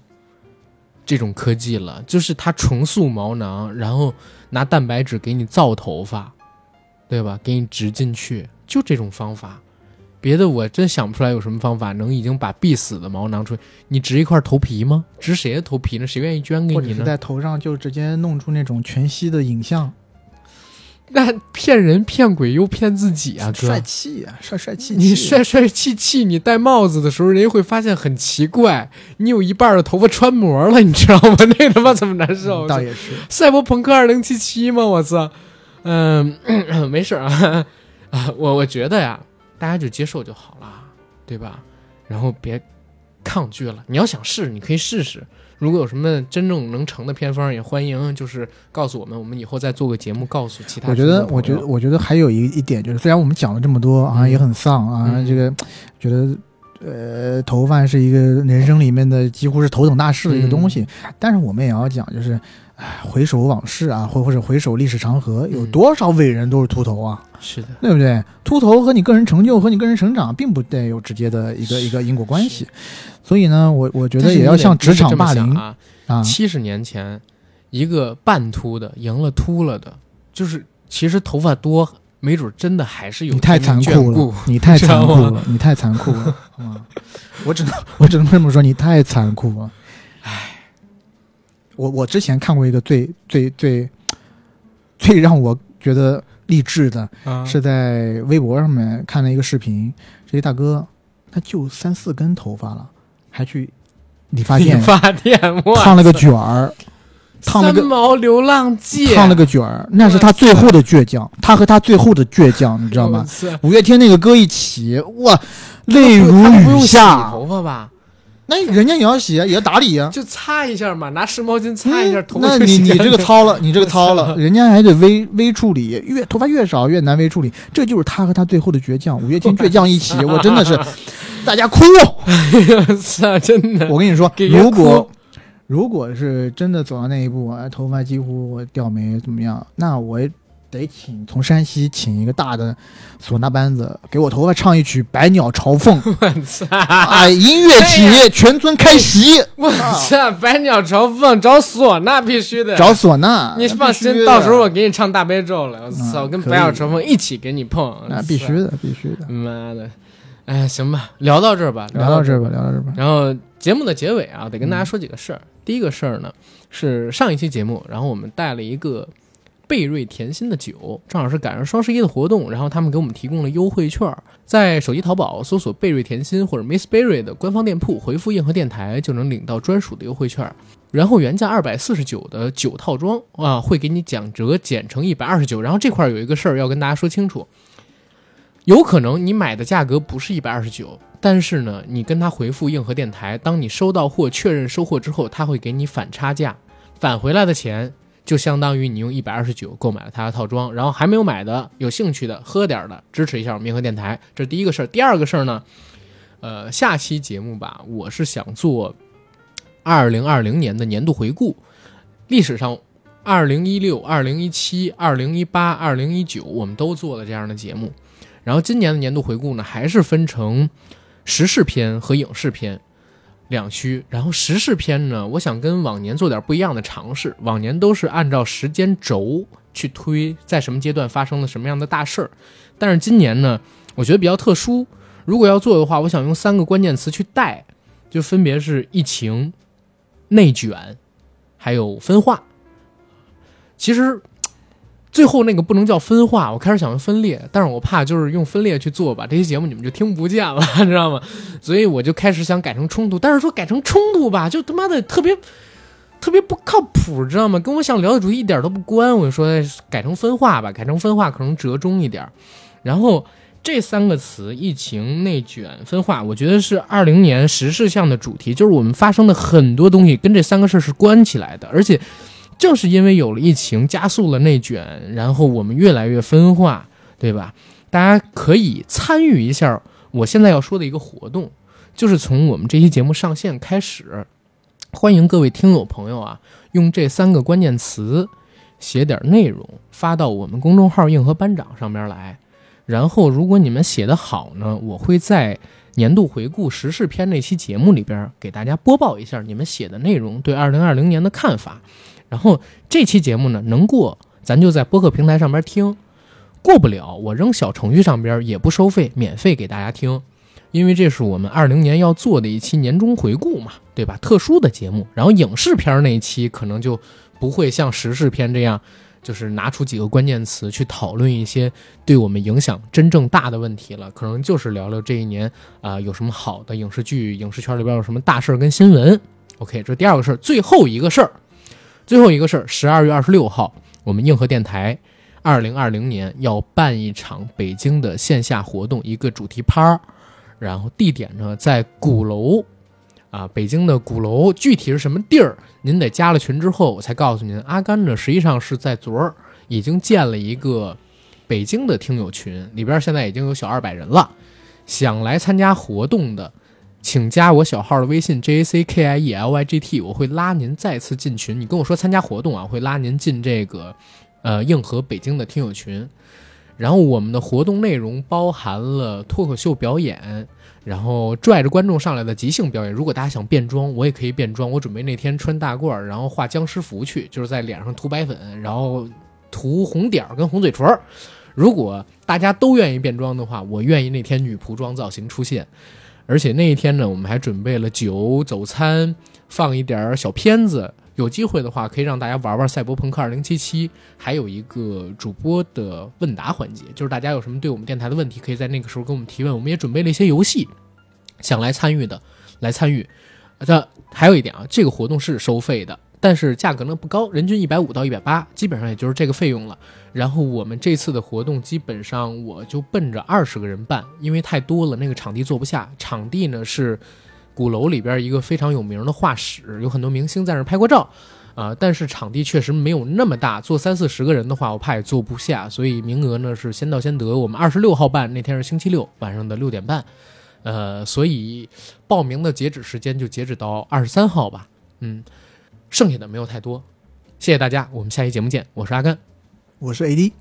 A: 这种科技了。就是它重塑毛囊，然后拿蛋白质给你造头发，对吧？给你植进去，就这种方法。别的我真想不出来有什么方法能已经把必死的毛囊出去。你植一块头皮吗？植谁的头皮呢？谁愿意捐给
B: 或
A: 你
B: 者是
A: 呢？
B: 在头上就直接弄出那种全息的影像，
A: 那骗人骗鬼又骗自己啊，哥！
B: 帅气啊，帅帅气气。
A: 你帅帅气气，你戴帽子的时候，人家会发现很奇怪，你有一半的头发穿模了，你知道吗？ 那他妈怎么难受？
B: 嗯倒也是，
A: 赛博朋克二零七七吗？我操！嗯， 咳咳没事儿啊啊，我我觉得呀，大家就接受就好了，对吧？然后别抗拒了。你要想试，你可以试试。如果有什么真正能成的偏方，也欢迎就是告诉我们，我们以后再做个节目告诉其他
B: 我
A: 听
B: 觉
A: 众朋友。
B: 得，我觉得，我觉得还有一一点就是，虽然我们讲了这么多，好像也很丧啊，
A: 嗯
B: 这个觉得。呃，头发是一个人生里面的几乎是头等大事的一个东西，
A: 嗯
B: 但是我们也要讲，就是，唉回首往事啊，或或者回首历史长河，有
A: 嗯
B: 多少伟人都是秃头啊，
A: 是的。
B: 对不对？秃头和你个人成就和你个人成长并不带有直接的一个一个因果关系，所以呢，我我觉
A: 但
B: 得
A: 是
B: 也
A: 你
B: 要
A: 得
B: 像
A: 你
B: 职
A: 得这
B: 场
A: 么
B: 霸
A: 想
B: 凌
A: 啊，
B: 啊，
A: 七十年前，一个半秃的赢了秃了的，就是其实头发多，没准真的还是有
B: 你太残酷
A: 眷顾
B: 了，你太残酷
A: 知道
B: 了，你太残酷了， 啊！我只能我只能这么说，你太残酷了。唉，我我之前看过一个最最最最让我觉得励志的，
A: 啊
B: 是在微博上面看了一个视频，这一大哥他就三四根头发了，还去理发
A: 理
B: 店
A: 发店，我
B: 烫了个卷儿，烫了个
A: 三毛流浪记，
B: 烫了个卷儿，那是他最后的倔强，他和他最后的倔强，你知道吗
A: 我？操？
B: 五月天那个歌一起，哇，泪
A: 不
B: 如
A: 他不用
B: 雨
A: 洗
B: 下。
A: 头发吧，
B: 那人家也要洗，也要打理呀、
A: 就擦一下嘛，拿湿毛巾擦一下，头发
B: 嗯那
A: 就
B: 你
A: 洗
B: 你
A: 干
B: 这个
A: 净
B: 糙了，你这个糙了，人家还得微微处理，越头发越少越难微处理，这就是他和他最后的倔强。五月天倔强 一起，我真的是，大家哭！
A: 我操，真的
B: 我跟你说，
A: 给人
B: 如果
A: 哭
B: 如果是真的走到那一步，哎头发几乎掉没怎么样，那我也得请从山西请一个大的唢呐班子，给我头发唱一曲《百鸟朝凤》。
A: 我操，
B: 啊！音乐起，全村开席，
A: 我操，百鸟朝凤找唢呐必须的，
B: 找唢呐。
A: 你放
B: 必须
A: 心，
B: 的
A: 到时候我给你唱大悲咒了。我操，
B: 嗯
A: 我跟
B: 可
A: 白小
B: 以
A: 成凤一起给你碰。
B: 那啊必须的，必须的。
A: 妈的，哎，行吧，聊到这儿吧，
B: 聊到
A: 到
B: 这
A: 儿。
B: 儿吧，聊到这儿吧。
A: 然后节目的结尾啊，得跟大家说几个事儿。
B: 嗯
A: 第一个事儿呢，是上一期节目，然后我们带了一个贝瑞甜心的酒，正好是赶上双十一的活动，然后他们给我们提供了优惠券儿，在手机淘宝搜索贝瑞甜心或者 Miss Berry 的官方店铺，回复硬核电台就能领到专属的优惠券儿。然后原价二百四十九的酒套装啊，会给你讲折减成一百二十九。然后这块儿有一个事儿要跟大家说清楚，有可能你买的价格不是一百二十九，但是呢，你跟他回复硬核电台，当你收到货确认收货之后，他会给你返差价，返回来的钱就相当于你用一百二十九购买了他的套装。然后还没有买的，有兴趣的喝点儿的，支持一下我们硬核电台，这是第一个事儿。第二个事儿呢，呃，下期节目吧，我是想做二零二零年的年度回顾，历史上。二零一六、二零一七、二零一八、二零一九，我们都做了这样的节目。然后今年的年度回顾呢，还是分成时事篇和影视篇两区。然后时事篇呢，我想跟往年做点不一样的尝试。往年都是按照时间轴去推，在什么阶段发生了什么样的大事儿，但是今年呢，我觉得比较特殊。如果要做的话，我想用三个关键词去带，就分别是疫情、内卷，还有分化。其实最后那个不能叫分化，我开始想用分裂，但是我怕就是用分裂去做吧，这期节目你们就听不见了， 你知道吗？所以我就开始想改成冲突，但是说改成冲突吧，就他妈的特别特别不靠谱，知道吗？跟我想聊的主题一点都不关。我就说哎改成分化吧，改成分化可能折中一点儿。然后这三个词——疫情、内卷、分化，我觉得是二零年时事项的主题，就是我们发生的很多东西跟这三个事儿是关起来的，而且正是因为有了疫情，加速了内卷，然后我们越来越分化，对吧？大家可以参与一下我现在要说的一个活动，就是从我们这期节目上线开始，欢迎各位听友朋友啊，用这三个关键词写点内容发到我们公众号“硬核班长”上边来。然后，如果你们写的好呢，我会在年度回顾时事篇那期节目里边给大家播报一下你们写的内容对二零二零年的看法。然后这期节目呢，能过咱就在播客平台上边听，过不了我扔小程序上边也不收费，免费给大家听。因为这是我们二零年要做的一期年终回顾嘛，对吧？特殊的节目，然后影视片儿那一期可能就不会像时事片这样，就是拿出几个关键词去讨论一些对我们影响真正大的问题了，可能就是聊聊这一年啊、有什么好的影视剧，影视圈里边有什么大事儿跟新闻。OK，这第二个事儿，最后一个事儿，最后一个事儿，十二月二十六号，我们硬核电台。二零二零年要办一场北京的线下活动，一个主题趴儿，然后地点呢在鼓楼，啊，北京的鼓楼，具体是什么地儿，您得加了群之后我才告诉您。阿甘呢，实际上是在昨儿已经建了一个北京的听友群，里边现在已经有小二百人了。想来参加活动的，请加我小号的微信 J A C K I E L Y G T，我会拉您再次进群。你跟我说参加活动啊，我会拉您进这个呃硬核北京的听友群。然后我们的活动内容包含了脱口秀表演，然后拽着观众上来的即兴表演。如果大家想变装，我也可以变装。我准备那天穿大褂儿，然后画僵尸服去，就是在脸上涂白粉，然后涂红点儿跟红嘴唇儿。如果大家都愿意变装的话，我愿意那天女仆装造型出现。而且那一天呢，我们还准备了酒、早餐，放一点儿小片子。有机会的话，可以让大家玩玩《赛博朋克2077》，还有一个主播的问答环节，就是大家有什么对我们电台的问题，可以在那个时候跟我们提问。我们也准备了一些游戏，想来参与的来参与。呃这还有一点啊，这个活动是收费的，但是价格呢不高，人均一百五到一百八，基本上也就是这个费用了。然后我们这次的活动基本上我就奔着二十个人办，因为太多了，那个场地坐不下。场地呢是鼓楼里边一个非常有名的画室，有很多明星在那儿拍过照。啊、但是场地确实没有那么大，坐三四十个人的话，我怕也坐不下，所以名额呢是先到先得。我们二十六号办，那天是星期六晚上的六点半，呃，所以报名的截止时间就截止到二十三号吧。嗯，剩下的没有太多，谢谢大家，我们下期节目见，我是阿甘。
B: 我是 AD，